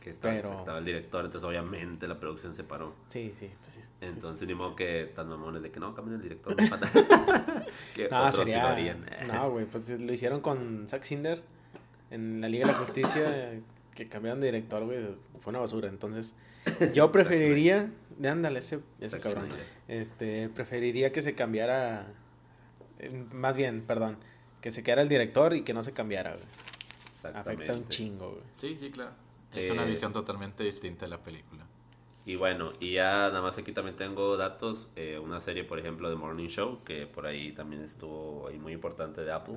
Speaker 2: Que está
Speaker 1: Pero-
Speaker 2: infectado el director, entonces obviamente la producción se paró.
Speaker 1: Sí, sí, pues sí.
Speaker 2: Entonces ni modo que tan mamones de que no, cambien el director. no pasa". que
Speaker 1: No,
Speaker 2: otros sí lo
Speaker 1: sería...
Speaker 2: harían.
Speaker 1: No, güey, pues lo hicieron con Zack Cinder en la Liga de la Justicia, eh, que cambiaron de director, güey, fue una basura. Entonces, yo preferiría, de ándale, ese, ese
Speaker 2: Zack
Speaker 1: cabrón,
Speaker 2: Snyder.
Speaker 1: este, preferiría que se cambiara, eh, más bien, perdón, que se quedara el director y que no se cambiara, güey. Afecta un
Speaker 2: Exactamente.
Speaker 1: chingo, güey.
Speaker 3: Sí, sí, claro. Es
Speaker 2: Eh,
Speaker 3: una visión totalmente distinta de la película.
Speaker 2: Y bueno, y ya nada más aquí también tengo datos, eh, una serie por ejemplo de Morning Show, que por ahí también estuvo ahí muy importante de Apple,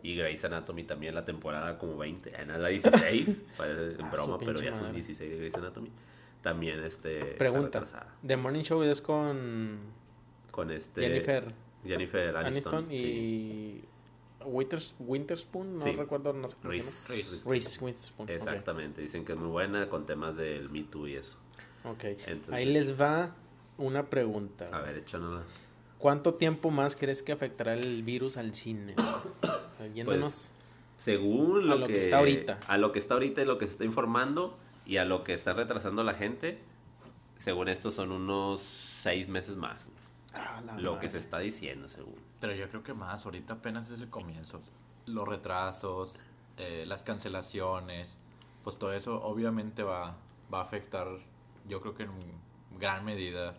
Speaker 2: y Grey's Anatomy también la temporada como 20, en la 16, parece en
Speaker 1: Ah, su
Speaker 2: broma, pero
Speaker 1: pinche
Speaker 2: ya son
Speaker 1: madre.
Speaker 2: 16 de Grey's Anatomy, también este... está
Speaker 1: Pregunta,
Speaker 2: retrasada.
Speaker 1: The Morning Show es con
Speaker 2: Con este...
Speaker 1: Jennifer
Speaker 2: Jennifer Aniston,
Speaker 1: Aniston
Speaker 2: sí.
Speaker 1: y Winters, Winterspoon, no
Speaker 2: Sí.
Speaker 1: recuerdo, no sé cómo se llama.
Speaker 2: Reese.
Speaker 3: Reese.
Speaker 1: Reese Witherspoon. ok,
Speaker 2: Exactamente, dicen que es muy buena con temas del Me Too y eso.
Speaker 1: ok.
Speaker 2: Entonces-
Speaker 1: Ahí les va una pregunta.
Speaker 2: A ver, échanosla.
Speaker 1: ¿Cuánto tiempo más crees que afectará el virus al cine? O sea, Yéndonos.
Speaker 2: Pues, Según lo,
Speaker 1: A lo que está ahorita.
Speaker 2: A lo que está ahorita y lo que se está informando y a lo que está retrasando la gente, según esto son unos seis meses más.
Speaker 1: Ah, la
Speaker 2: lo
Speaker 1: madre.
Speaker 2: que se está diciendo, según.
Speaker 3: Pero yo creo que más, ahorita apenas es el comienzo. Los retrasos, eh, las cancelaciones, pues todo eso obviamente va, va a afectar, yo creo que en gran medida,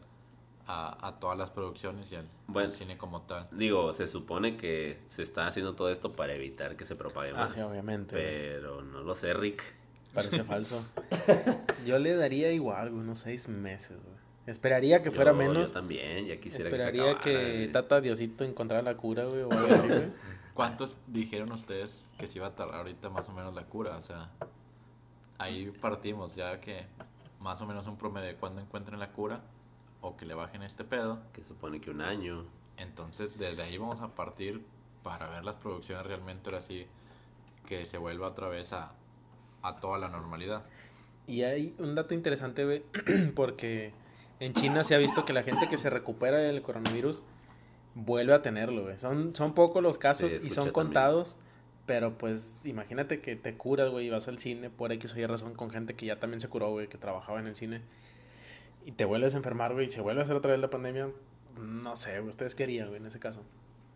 Speaker 3: a, a todas las producciones y al, al
Speaker 2: Bueno.
Speaker 3: cine como tal.
Speaker 2: Digo, se supone que se está haciendo todo esto para evitar que se propague
Speaker 1: Ah,
Speaker 2: más.
Speaker 1: sí, obviamente. güey.
Speaker 2: pero no lo sé, Rick.
Speaker 1: Parece falso. Yo le daría igual, güey, unos seis meses, güey. Esperaría que fuera
Speaker 2: Yo- yo
Speaker 1: menos.
Speaker 2: también, ya quisiera
Speaker 1: Esperaría
Speaker 2: que se acabara,
Speaker 1: que
Speaker 2: güey.
Speaker 1: Tata Diosito encontrara la cura, güey, o algo así, güey.
Speaker 3: ¿Cuántos dijeron ustedes que se iba a tardar ahorita más o menos la cura? O sea, ahí partimos, ya que más o menos un promedio de cuando encuentren la cura o que le bajen este pedo.
Speaker 2: Que supone que un año.
Speaker 3: Entonces, desde ahí vamos a partir para ver las producciones realmente ahora sí que se vuelva otra vez a, a toda la normalidad.
Speaker 1: Y hay un dato interesante, güey, porque en China se ha visto que la gente que se recupera del coronavirus vuelve a tenerlo, güey. Son, son pocos los casos
Speaker 2: Sí,
Speaker 1: y
Speaker 2: escuché
Speaker 1: son
Speaker 2: también.
Speaker 1: contados, pero pues imagínate que te curas, güey, y vas al cine por X o Y razón con gente que ya también se curó, güey, que trabajaba en el cine, y te vuelves a enfermar, güey, y se vuelve a hacer otra vez la pandemia. No sé, güey, ustedes querían, güey, en ese caso.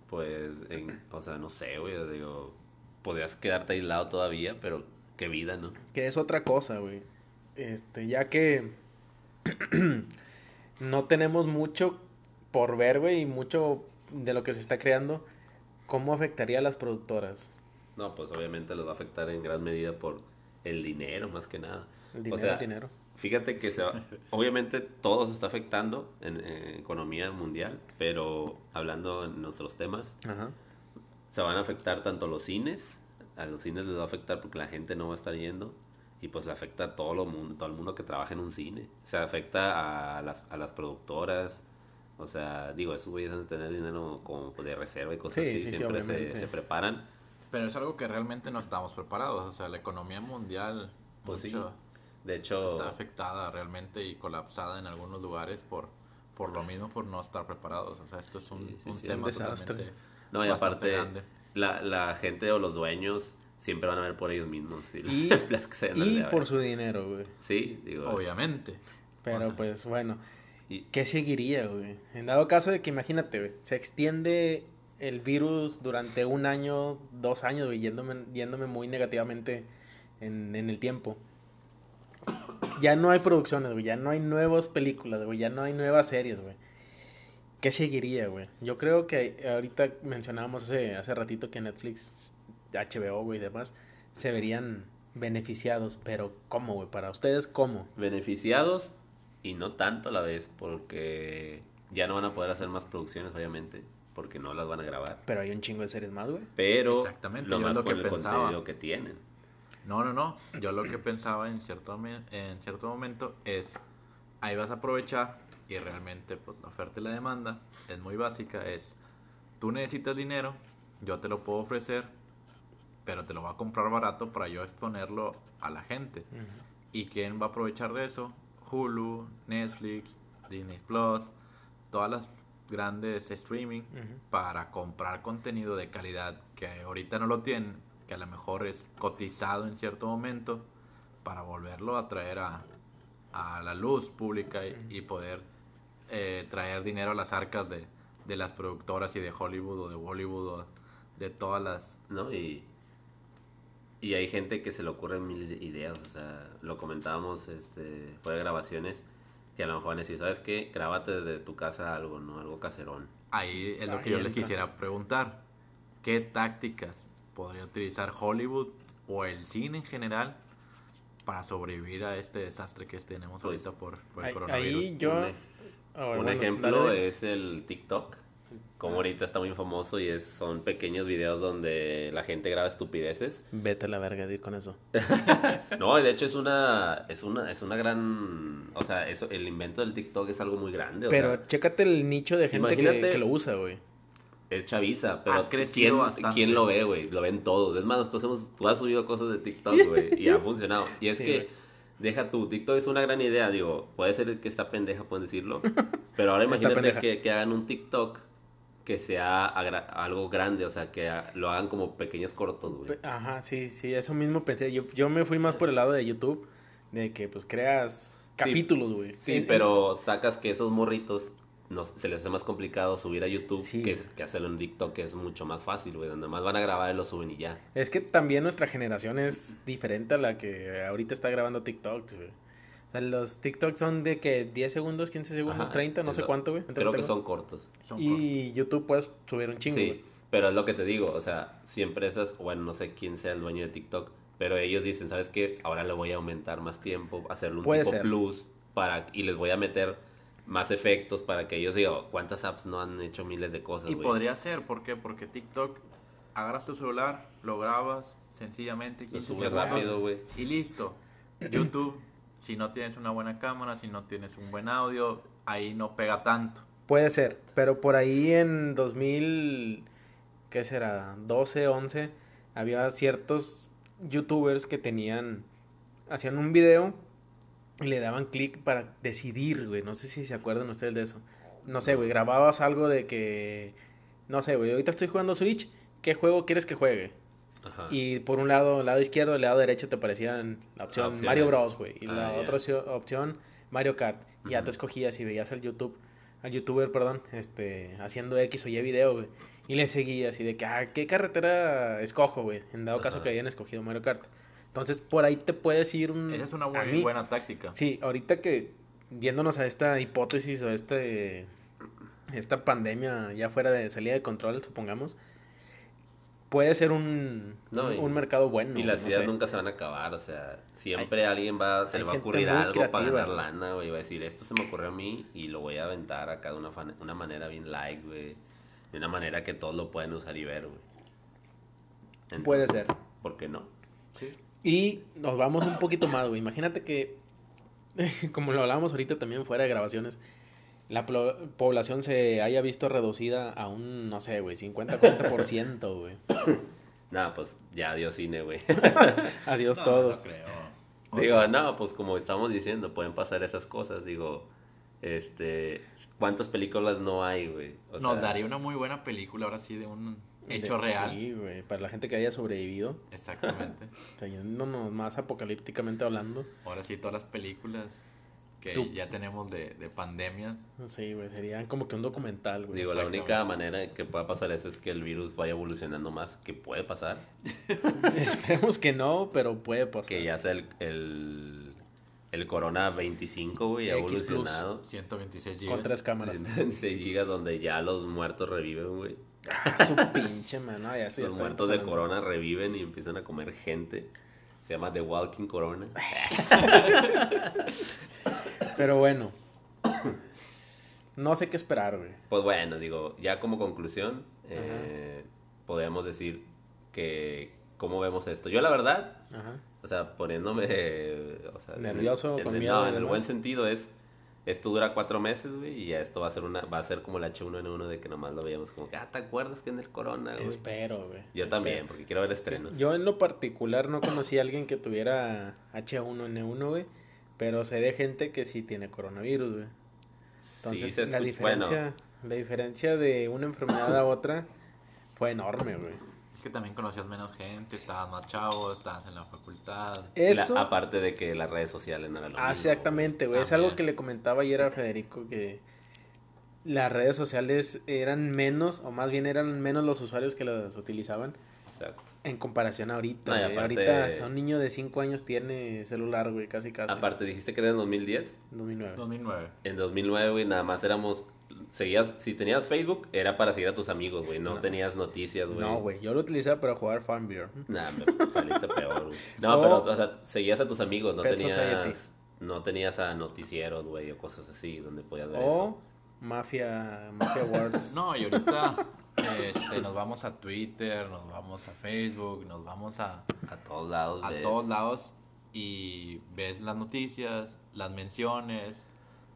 Speaker 2: Pues, en- o sea, no sé, güey. Digo, podrías quedarte aislado todavía, pero qué vida, ¿no?
Speaker 1: Que es otra cosa, güey. Este, ya que no tenemos mucho por ver, güey, y mucho de lo que se está creando, ¿cómo afectaría a las productoras?
Speaker 2: No, pues obviamente los va a afectar en gran medida por el dinero, más que nada.
Speaker 1: El dinero,
Speaker 2: sea,
Speaker 1: el dinero.
Speaker 2: Fíjate que se va- obviamente todo se está afectando en eh, economía mundial, pero hablando en nuestros temas,
Speaker 1: Ajá.
Speaker 2: se van a afectar tanto los cines, a los cines les va a afectar porque la gente no va a estar yendo, y pues le afecta a todo, lo mundo, todo el mundo que trabaja en un cine. Se afecta a las, a las productoras, o sea, digo, esos güeyes van a tener dinero como de reserva y cosas
Speaker 1: Sí,
Speaker 2: así,
Speaker 1: sí, sí,
Speaker 2: siempre se-
Speaker 1: obviamente.
Speaker 2: se preparan.
Speaker 3: Pero es algo que realmente no estamos preparados. O sea, la economía mundial
Speaker 2: Pues sí,
Speaker 3: mucho
Speaker 2: De hecho,
Speaker 3: está afectada realmente y colapsada en algunos lugares por, por lo mismo, por no estar preparados. O sea, esto es un,
Speaker 2: Sí, sí,
Speaker 3: un
Speaker 2: sí,
Speaker 3: tema
Speaker 1: un desastre.
Speaker 3: totalmente
Speaker 2: No, y
Speaker 3: bastante
Speaker 2: aparte,
Speaker 3: grande.
Speaker 2: la, la gente o los dueños siempre van a ver por ellos mismos. sí,
Speaker 1: Y-
Speaker 2: las peleas que se dan
Speaker 1: Y
Speaker 2: a la
Speaker 1: por
Speaker 2: verga.
Speaker 1: su dinero, güey.
Speaker 2: Sí, digo.
Speaker 3: Obviamente.
Speaker 1: Pero
Speaker 3: O sea,
Speaker 1: pues bueno,
Speaker 2: Y,
Speaker 1: ¿qué seguiría, güey? En dado caso de que imagínate, güey, se extiende el virus durante un año, dos años, güey, yéndome, yéndome muy negativamente en, en el tiempo. Ya no hay producciones, güey, ya no hay nuevas películas, güey, ya no hay nuevas series, güey. ¿Qué seguiría, güey? Yo creo que ahorita mencionábamos hace, hace ratito que Netflix, HBO, güey, y demás, se verían beneficiados, pero ¿cómo, güey? Para ustedes, ¿cómo?
Speaker 2: beneficiados y no tanto a la vez, porque ya no van a poder hacer más producciones, obviamente, porque no las van a grabar.
Speaker 1: Pero hay un chingo de series más, güey.
Speaker 2: Pero
Speaker 3: Exactamente,
Speaker 2: lo
Speaker 3: yo
Speaker 2: más
Speaker 3: lo
Speaker 2: con
Speaker 3: que
Speaker 2: el
Speaker 3: pensaba.
Speaker 2: contenido que tienen.
Speaker 3: No, no, no. Yo lo que pensaba en cierto, me- en cierto momento es, ahí vas a aprovechar y realmente pues la oferta y la demanda es muy básica. Es, tú necesitas dinero, yo te lo puedo ofrecer, pero te lo va a comprar barato para yo exponerlo a la gente. ¿Y quién va a aprovechar de eso? Hulu, Netflix, Disney Plus, todas las grandes streaming
Speaker 1: Ujú.
Speaker 3: para comprar contenido de calidad que ahorita no lo tienen, que a lo mejor es cotizado en cierto momento, para volverlo a traer a, a la luz pública y, y poder eh, traer dinero a las arcas de, de las productoras y de Hollywood o de Bollywood o de todas las...
Speaker 2: ¿no? Y, y hay gente que se le ocurren mil ideas, o sea, lo comentábamos, este, fue de grabaciones, que a lo mejor van a decir, ¿sabes qué? Grábate desde tu casa algo, ¿no? Algo caserón.
Speaker 3: Ahí es lo
Speaker 1: Ahí
Speaker 3: que yo les
Speaker 1: está.
Speaker 3: quisiera preguntar. ¿Qué tácticas podría utilizar Hollywood o el cine en general para sobrevivir a este desastre que tenemos
Speaker 2: Pues,
Speaker 3: ahorita por, por el
Speaker 1: Ahí,
Speaker 3: coronavirus?
Speaker 1: ahí yo...
Speaker 2: Un
Speaker 1: a ver,
Speaker 2: ej-
Speaker 1: bueno,
Speaker 2: Un
Speaker 1: dale,
Speaker 2: ejemplo
Speaker 1: dale. Ah.
Speaker 2: es el TikTok, como ahorita está muy famoso y es, son pequeños videos donde la gente graba estupideces.
Speaker 1: Vete a la verga de ir con eso.
Speaker 2: No, de hecho es una, es una, es una gran, o sea, eso, el invento del TikTok es algo muy grande. o
Speaker 1: Pero
Speaker 2: sea,
Speaker 1: chécate el nicho de gente que,
Speaker 2: imagínate-
Speaker 1: que lo usa, güey.
Speaker 2: Es chaviza, pero
Speaker 1: Ah,
Speaker 3: Ha crecido
Speaker 2: ¿quién,
Speaker 3: bastante.
Speaker 2: quién lo ve, güey? Lo ven todos. Es más, nosotros hemos- tú has subido cosas de TikTok, güey, y ha funcionado. Y es
Speaker 1: Sí,
Speaker 2: que,
Speaker 1: güey.
Speaker 2: deja tú, TikTok es una gran idea, digo, puede ser que está pendeja, pueden decirlo, pero ahora
Speaker 1: Está
Speaker 2: imagínate
Speaker 1: pendeja.
Speaker 2: que, que hagan un TikTok que sea agra- algo grande, o sea, que ha- lo hagan como pequeños cortos, güey.
Speaker 1: Pe- Ajá, sí, sí, eso mismo pensé. Yo, yo me fui más por el lado de YouTube, de que pues creas capítulos, güey.
Speaker 2: Sí,
Speaker 1: En-
Speaker 2: pero sacas que esos morritos no, se les hace más complicado subir a YouTube
Speaker 1: Sí,
Speaker 2: que,
Speaker 1: güey.
Speaker 2: que hacerlo en TikTok, que es mucho más fácil, güey, donde más van a grabar y lo suben y ya.
Speaker 1: Es que también nuestra generación es diferente a la que ahorita está grabando TikTok, güey. O sea, los TikToks son de que 10 segundos, 15 segundos,
Speaker 2: Ajá,
Speaker 1: 30, no
Speaker 2: es
Speaker 1: sé
Speaker 2: lo-
Speaker 1: cuánto, güey. Ahorita
Speaker 2: Creo
Speaker 1: no
Speaker 2: que
Speaker 1: tengo.
Speaker 2: son cortos.
Speaker 3: Son cor-
Speaker 1: Y YouTube puedes subir un chingo,
Speaker 2: Sí,
Speaker 1: güey.
Speaker 2: pero es lo que te digo, o sea, si empresas, bueno, no sé quién sea el dueño de TikTok, pero ellos dicen, ¿sabes qué? Ahora le voy a aumentar más tiempo, hacerle un
Speaker 1: Puede
Speaker 2: tipo
Speaker 1: ser.
Speaker 2: plus para, y les voy a meter más efectos para que ellos digan, "Oh, ¿cuántas apps no han hecho miles de cosas,
Speaker 3: Y
Speaker 2: güey?
Speaker 3: podría ser, ¿por qué? Porque TikTok agarras tu celular, lo grabas sencillamente,
Speaker 2: Lo
Speaker 3: 15
Speaker 2: subes
Speaker 3: segundos
Speaker 2: rápido, güey.
Speaker 3: y listo. YouTube, si no tienes una buena cámara, si no tienes un buen audio, ahí no pega tanto.
Speaker 1: Puede ser, pero por ahí en 2000, ¿qué será? 12, 11, había ciertos youtubers que tenían, hacían un video y le daban clic para decidir, güey. No sé si se acuerdan ustedes de eso. No sé, güey, grababas algo de que, no sé, güey, ahorita estoy jugando Switch, ¿qué juego quieres que juegue?
Speaker 2: Ajá.
Speaker 1: Y por un lado, el lado izquierdo, el lado derecho te parecían la opción
Speaker 2: Ah, Opciones.
Speaker 1: Mario Bros, güey. Y la
Speaker 2: Ah, ya.
Speaker 1: otra opcio- opción, Mario Kart. Y ya
Speaker 2: Ujú.
Speaker 1: tú escogías y veías al YouTube, al youtuber, perdón, este, haciendo X o Y video, güey. Y le seguías y de que, ah, ¿qué carretera escojo, güey? En dado caso
Speaker 2: Ajá.
Speaker 1: que hayan escogido Mario Kart. Entonces, por ahí te puedes ir un...
Speaker 3: Esa es una
Speaker 1: Mm. a
Speaker 3: buena,
Speaker 1: mí-
Speaker 3: buena táctica.
Speaker 1: Sí, ahorita que yéndonos a esta hipótesis o este esta pandemia ya fuera de salida de control, supongamos, puede ser un,
Speaker 2: No,
Speaker 1: un,
Speaker 2: y-
Speaker 1: un mercado bueno.
Speaker 2: y las
Speaker 1: no
Speaker 2: ideas
Speaker 1: sé.
Speaker 2: nunca se van a acabar, o sea, siempre alguien va, se
Speaker 1: hay
Speaker 2: le va a
Speaker 1: gente
Speaker 2: ocurrir
Speaker 1: muy
Speaker 2: algo para
Speaker 1: creativa,
Speaker 2: ganar
Speaker 1: güey.
Speaker 2: lana, güey, va a decir, esto se me ocurrió a mí y lo voy a aventar acá de una, fan- una manera bien like, güey, de una manera que todos lo pueden usar y ver, güey. Entonces,
Speaker 1: Puede ser.
Speaker 2: ¿Por qué no?
Speaker 3: Sí.
Speaker 1: Y nos vamos un poquito más, güey. Imagínate que, como lo hablábamos ahorita también fuera de grabaciones, la plo- población se haya visto reducida a un, no sé, güey, 50-40%, güey.
Speaker 2: Nada, pues ya dio cine, güey.
Speaker 1: Adiós
Speaker 3: No,
Speaker 1: todos.
Speaker 3: no creo. O
Speaker 2: digo,
Speaker 3: sea,
Speaker 2: no, pues como estamos diciendo, pueden pasar esas cosas, digo, este, ¿cuántas películas no hay, güey? O
Speaker 3: nos
Speaker 2: sea,
Speaker 3: daría una muy buena película ahora sí de un hecho
Speaker 1: De-
Speaker 3: real.
Speaker 1: Sí, güey. Para la gente que haya sobrevivido.
Speaker 3: Exactamente.
Speaker 1: O sea, yéndonos más apocalípticamente hablando.
Speaker 3: Ahora sí todas las películas que
Speaker 1: Tú.
Speaker 3: ya tenemos de, de pandemias.
Speaker 1: Sí, güey, sería como que un documental, güey.
Speaker 2: Digo, la
Speaker 3: Exactamente.
Speaker 2: única manera de que pueda pasar eso es que el virus vaya evolucionando más, que puede pasar,
Speaker 1: Esperemos que no, pero puede pasar.
Speaker 2: que ya sea el, el, el Corona 25, güey, ha
Speaker 1: X Plus.
Speaker 2: evolucionado.
Speaker 3: 126
Speaker 1: Con
Speaker 3: gigas.
Speaker 1: tres cámaras.
Speaker 2: 6 gigas donde ya los muertos reviven, güey.
Speaker 1: Ah, su pinche mano. Ya, eso ya
Speaker 2: los
Speaker 1: está
Speaker 2: muertos de
Speaker 1: empezando.
Speaker 2: Corona reviven y empiezan a comer gente. Se llama The Walking Corona.
Speaker 1: Pero bueno. No sé qué esperar, güey.
Speaker 2: Pues bueno, digo, ya como conclusión, eh, podemos decir que cómo vemos esto. Yo la verdad,
Speaker 1: Ajá.
Speaker 2: O sea, poniéndome. eh, o sea, en el-
Speaker 1: Nervioso,
Speaker 2: en el-
Speaker 1: con miedo
Speaker 2: No,
Speaker 1: y
Speaker 2: en el
Speaker 1: demás.
Speaker 2: buen sentido es. Esto dura cuatro meses, güey, y ya esto va a ser una, va a ser como el H1N1 de que nomás lo veíamos como que, ah, ¿te acuerdas que en el corona, Ah, güey?
Speaker 1: Espero, güey.
Speaker 2: Yo también, porque quiero ver estrenos.
Speaker 1: Yo en lo particular no conocí a alguien que tuviera H1N1, güey, pero sé de gente que sí tiene coronavirus, güey. Entonces,
Speaker 2: se
Speaker 1: la
Speaker 2: escu-
Speaker 1: diferencia,
Speaker 2: bueno,
Speaker 1: la diferencia de una enfermedad a otra fue enorme, güey.
Speaker 3: Es que también conocías menos gente, estabas más chavo, estabas en la facultad.
Speaker 2: la-
Speaker 1: Eso,
Speaker 2: aparte de que las redes sociales no eran lo
Speaker 1: ah,
Speaker 2: mismo,
Speaker 1: exactamente, güey. Es
Speaker 3: También.
Speaker 1: algo que le comentaba ayer a Federico que las redes sociales eran menos, o más bien eran menos los usuarios que las utilizaban
Speaker 2: güey. Exacto.
Speaker 1: en comparación a ahorita.
Speaker 2: No, y
Speaker 1: güey.
Speaker 2: aparte-
Speaker 1: Ahorita hasta un niño de 5 años tiene celular, güey, casi casi.
Speaker 2: Aparte, dijiste que era en 2010.
Speaker 1: 2009.
Speaker 3: 2009.
Speaker 2: En 2009, güey, nada más éramos, seguías, si tenías Facebook, era para seguir a tus amigos, güey, no,
Speaker 1: No.
Speaker 2: tenías noticias, güey.
Speaker 1: No, güey, yo lo utilizaba para jugar Farmville.
Speaker 2: Nah, me saliste peor, güey. No,
Speaker 1: O-
Speaker 2: pero, o sea, seguías a tus amigos, no
Speaker 1: Pet
Speaker 2: tenías,
Speaker 1: Society.
Speaker 2: no tenías a noticieros, güey, o cosas así, donde podías ver
Speaker 1: O Mafia, Mafia Words.
Speaker 3: No, y ahorita este, nos vamos a Twitter, nos vamos a Facebook, nos vamos a,
Speaker 2: eso. A todos lados.
Speaker 3: a
Speaker 2: ves.
Speaker 3: todos lados y ves las noticias, las menciones,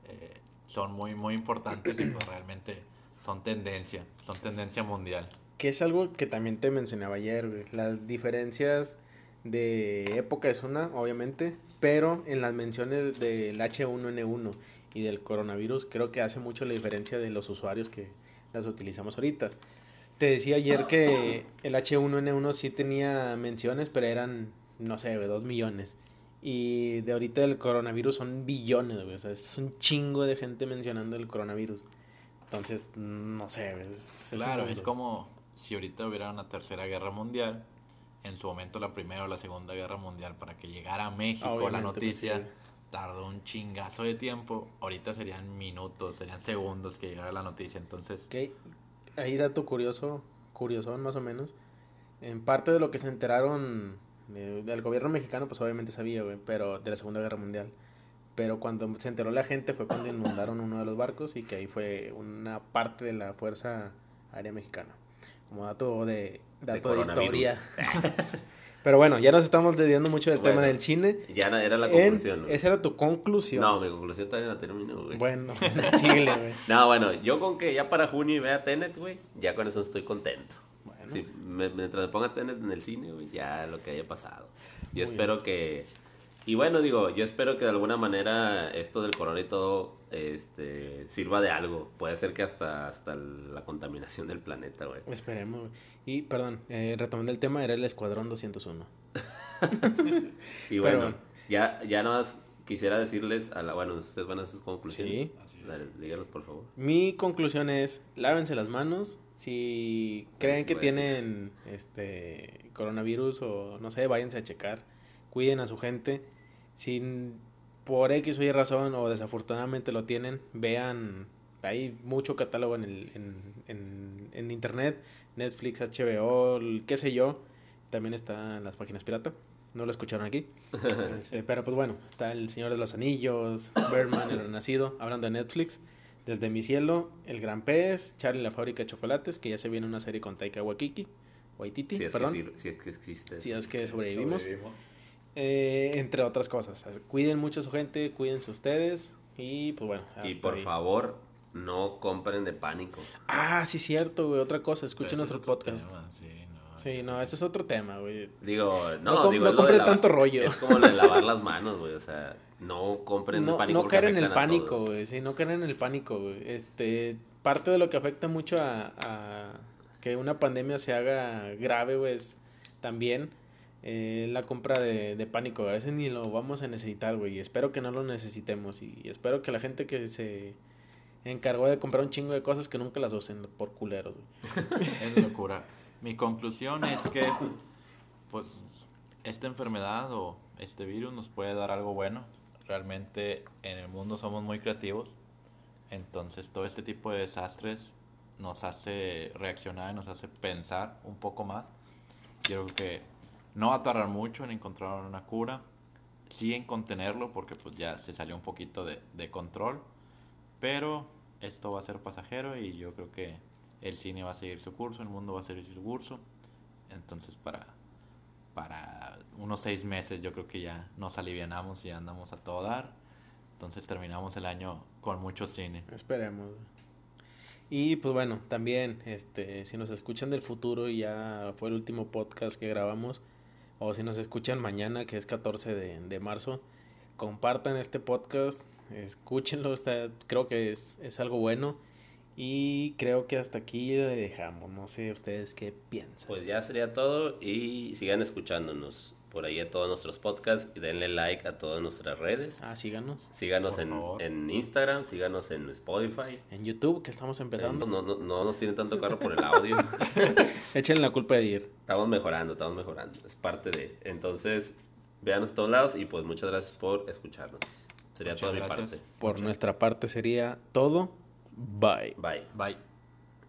Speaker 3: eh, son muy, muy importantes y pues realmente son tendencia, son tendencia mundial.
Speaker 1: Que es algo que también te mencionaba ayer, güey. Las diferencias de época es una, obviamente, pero en las menciones del H1N1 y del coronavirus creo que hace mucho la diferencia de los usuarios que las utilizamos ahorita. Te decía ayer que el H1N1 sí tenía menciones, pero eran, no sé, güey, dos millones. Y de ahorita del coronavirus son billones, güey. O sea, es un chingo de gente mencionando el coronavirus. Entonces, no sé, güey, es- es un
Speaker 3: Claro, es
Speaker 1: mundo.
Speaker 3: como si ahorita hubiera una tercera guerra mundial, en su momento la primera o la segunda guerra mundial, para que llegara a México la
Speaker 1: Obviamente, pues,
Speaker 3: noticia,
Speaker 1: sí.
Speaker 3: tardó un chingazo de tiempo, ahorita serían minutos, serían segundos que llegara la noticia, entonces
Speaker 1: Ok, ahí dato curioso, curiosón más o menos. En parte de lo que se enteraron de- del gobierno mexicano, pues obviamente sabía, güey, pero de la Segunda Guerra Mundial. Pero cuando se enteró la gente fue cuando inundaron uno de los barcos y que ahí fue una parte de la Fuerza Aérea Mexicana. Como dato de, dato de,
Speaker 2: coronavirus.
Speaker 1: historia. Pero bueno, ya nos estamos desviando mucho del tema
Speaker 2: Bueno,
Speaker 1: del cine.
Speaker 2: Ya era, era la
Speaker 1: En-
Speaker 2: conclusión, güey.
Speaker 1: Esa era tu conclusión.
Speaker 2: No, mi conclusión todavía no termino, güey.
Speaker 1: bueno, síguele, güey.
Speaker 2: No, bueno, yo con que ya para junio y vea Tenet, güey, ya con eso estoy contento.
Speaker 1: Bueno.
Speaker 2: Si me, mientras me ponga Tenet en el cine, güey, ya lo que haya pasado.
Speaker 1: Muy
Speaker 2: Yo espero que... Y bueno, digo, yo espero que de alguna manera esto del corona y todo este, sirva de algo. Puede ser que hasta, hasta la contaminación del planeta, güey.
Speaker 1: Esperemos, güey. Y, perdón, eh, retomando el tema, era el Escuadrón 201.
Speaker 2: Y
Speaker 1: Pero
Speaker 2: bueno,
Speaker 1: bueno.
Speaker 2: ya, ya nada más quisiera decirles, a la, bueno, ustedes van a sus conclusiones.
Speaker 1: Sí.
Speaker 3: Así es.
Speaker 2: Dale, dígalos, por favor.
Speaker 1: Mi conclusión es, lávense las manos. Si creen
Speaker 2: sí
Speaker 1: que
Speaker 2: voy a decir.
Speaker 1: tienen este coronavirus o no sé, váyanse a checar. Cuiden a su gente. Si por X o Y razón o desafortunadamente lo tienen, vean. Hay mucho catálogo en, el, en, en- en internet. Netflix, HBO, el- qué sé yo. También está en las páginas pirata. No lo escucharon aquí. Este, pero pues bueno, está El Señor de los Anillos, Birdman, El Renacido, hablando de Netflix. Desde mi cielo, El Gran Pez, Charlie la fábrica de chocolates, que ya se viene una serie con Taika Waititi, Waititi,
Speaker 2: Si es, que,
Speaker 1: perdón,
Speaker 2: sir- si es que existe.
Speaker 1: si es que sobrevivimos, eh, entre otras cosas. Cuiden mucho a su gente, cuídense ustedes y pues bueno.
Speaker 2: y
Speaker 1: hasta
Speaker 2: por
Speaker 1: ahí.
Speaker 2: favor, no compren de pánico.
Speaker 1: Ah, sí, cierto, güey, otra cosa, escuchen
Speaker 3: Pero ese pues, es
Speaker 1: nuestro
Speaker 3: otro
Speaker 1: podcast.
Speaker 3: tema, sí, no,
Speaker 1: Sí, no, eso es otro tema, güey.
Speaker 2: Digo,
Speaker 1: No
Speaker 2: no,
Speaker 1: com-
Speaker 2: digo,
Speaker 1: no
Speaker 2: es lo de
Speaker 1: compren
Speaker 2: lavar-
Speaker 1: tanto rollo.
Speaker 2: Es como lo de lavar las manos, güey. O sea, no compren de
Speaker 1: No,
Speaker 2: pánico.
Speaker 1: no
Speaker 2: porque
Speaker 1: caer en el
Speaker 2: afectan a
Speaker 1: pánico,
Speaker 2: todos.
Speaker 1: güey, sí, no caer en el pánico, güey. Este, parte de lo que afecta mucho a, a que una pandemia se haga grave, güey, es también eh, la compra de, de pánico. A veces ni lo vamos a necesitar, güey, y espero que no lo necesitemos. Y, espero que la gente que se encargó de comprar un chingo de cosas que nunca las usen por culeros, güey.
Speaker 3: Es locura. Mi conclusión es que, pues, esta enfermedad o este virus nos puede dar algo bueno. Realmente en el mundo somos muy creativos. Entonces todo este tipo de desastres nos hace reaccionar y nos hace pensar un poco más. Yo creo que no va a tardar mucho en encontrar una cura. Sí en contenerlo porque pues ya se salió un poquito de, de control. Pero esto va a ser pasajero y yo creo que el cine va a seguir su curso, el mundo va a seguir su curso. Entonces para, para unos seis meses yo creo que ya nos alivianamos y ya andamos a todo dar. Entonces terminamos el año con mucho cine.
Speaker 1: Esperemos. Y pues bueno, también, este, si nos escuchan del futuro y ya fue el último podcast que grabamos, o si nos escuchan mañana, que es 14 de, de marzo, compartan este podcast, escúchenlo, está, creo que es, es algo bueno. Y creo que hasta aquí le dejamos. No sé ustedes qué piensan.
Speaker 2: Pues ya sería todo y sigan escuchándonos por ahí a todos nuestros podcasts y denle like a todas nuestras redes.
Speaker 1: Ah, síganos.
Speaker 2: Síganos
Speaker 3: Por
Speaker 2: en,
Speaker 3: favor.
Speaker 2: en Instagram, síganos en Spotify.
Speaker 1: En YouTube, que estamos
Speaker 2: No,
Speaker 1: empezando.
Speaker 2: no, no, no nos tienen tanto carro por el audio.
Speaker 1: Echen la culpa de ir.
Speaker 2: estamos mejorando, estamos mejorando. Es parte de. Entonces, véanos a todos lados y pues muchas gracias por escucharnos. Sería
Speaker 3: Muchas
Speaker 2: toda mi
Speaker 3: gracias.
Speaker 2: parte.
Speaker 1: Por nuestra parte sería todo. Bye.
Speaker 2: Bye.
Speaker 3: Bye.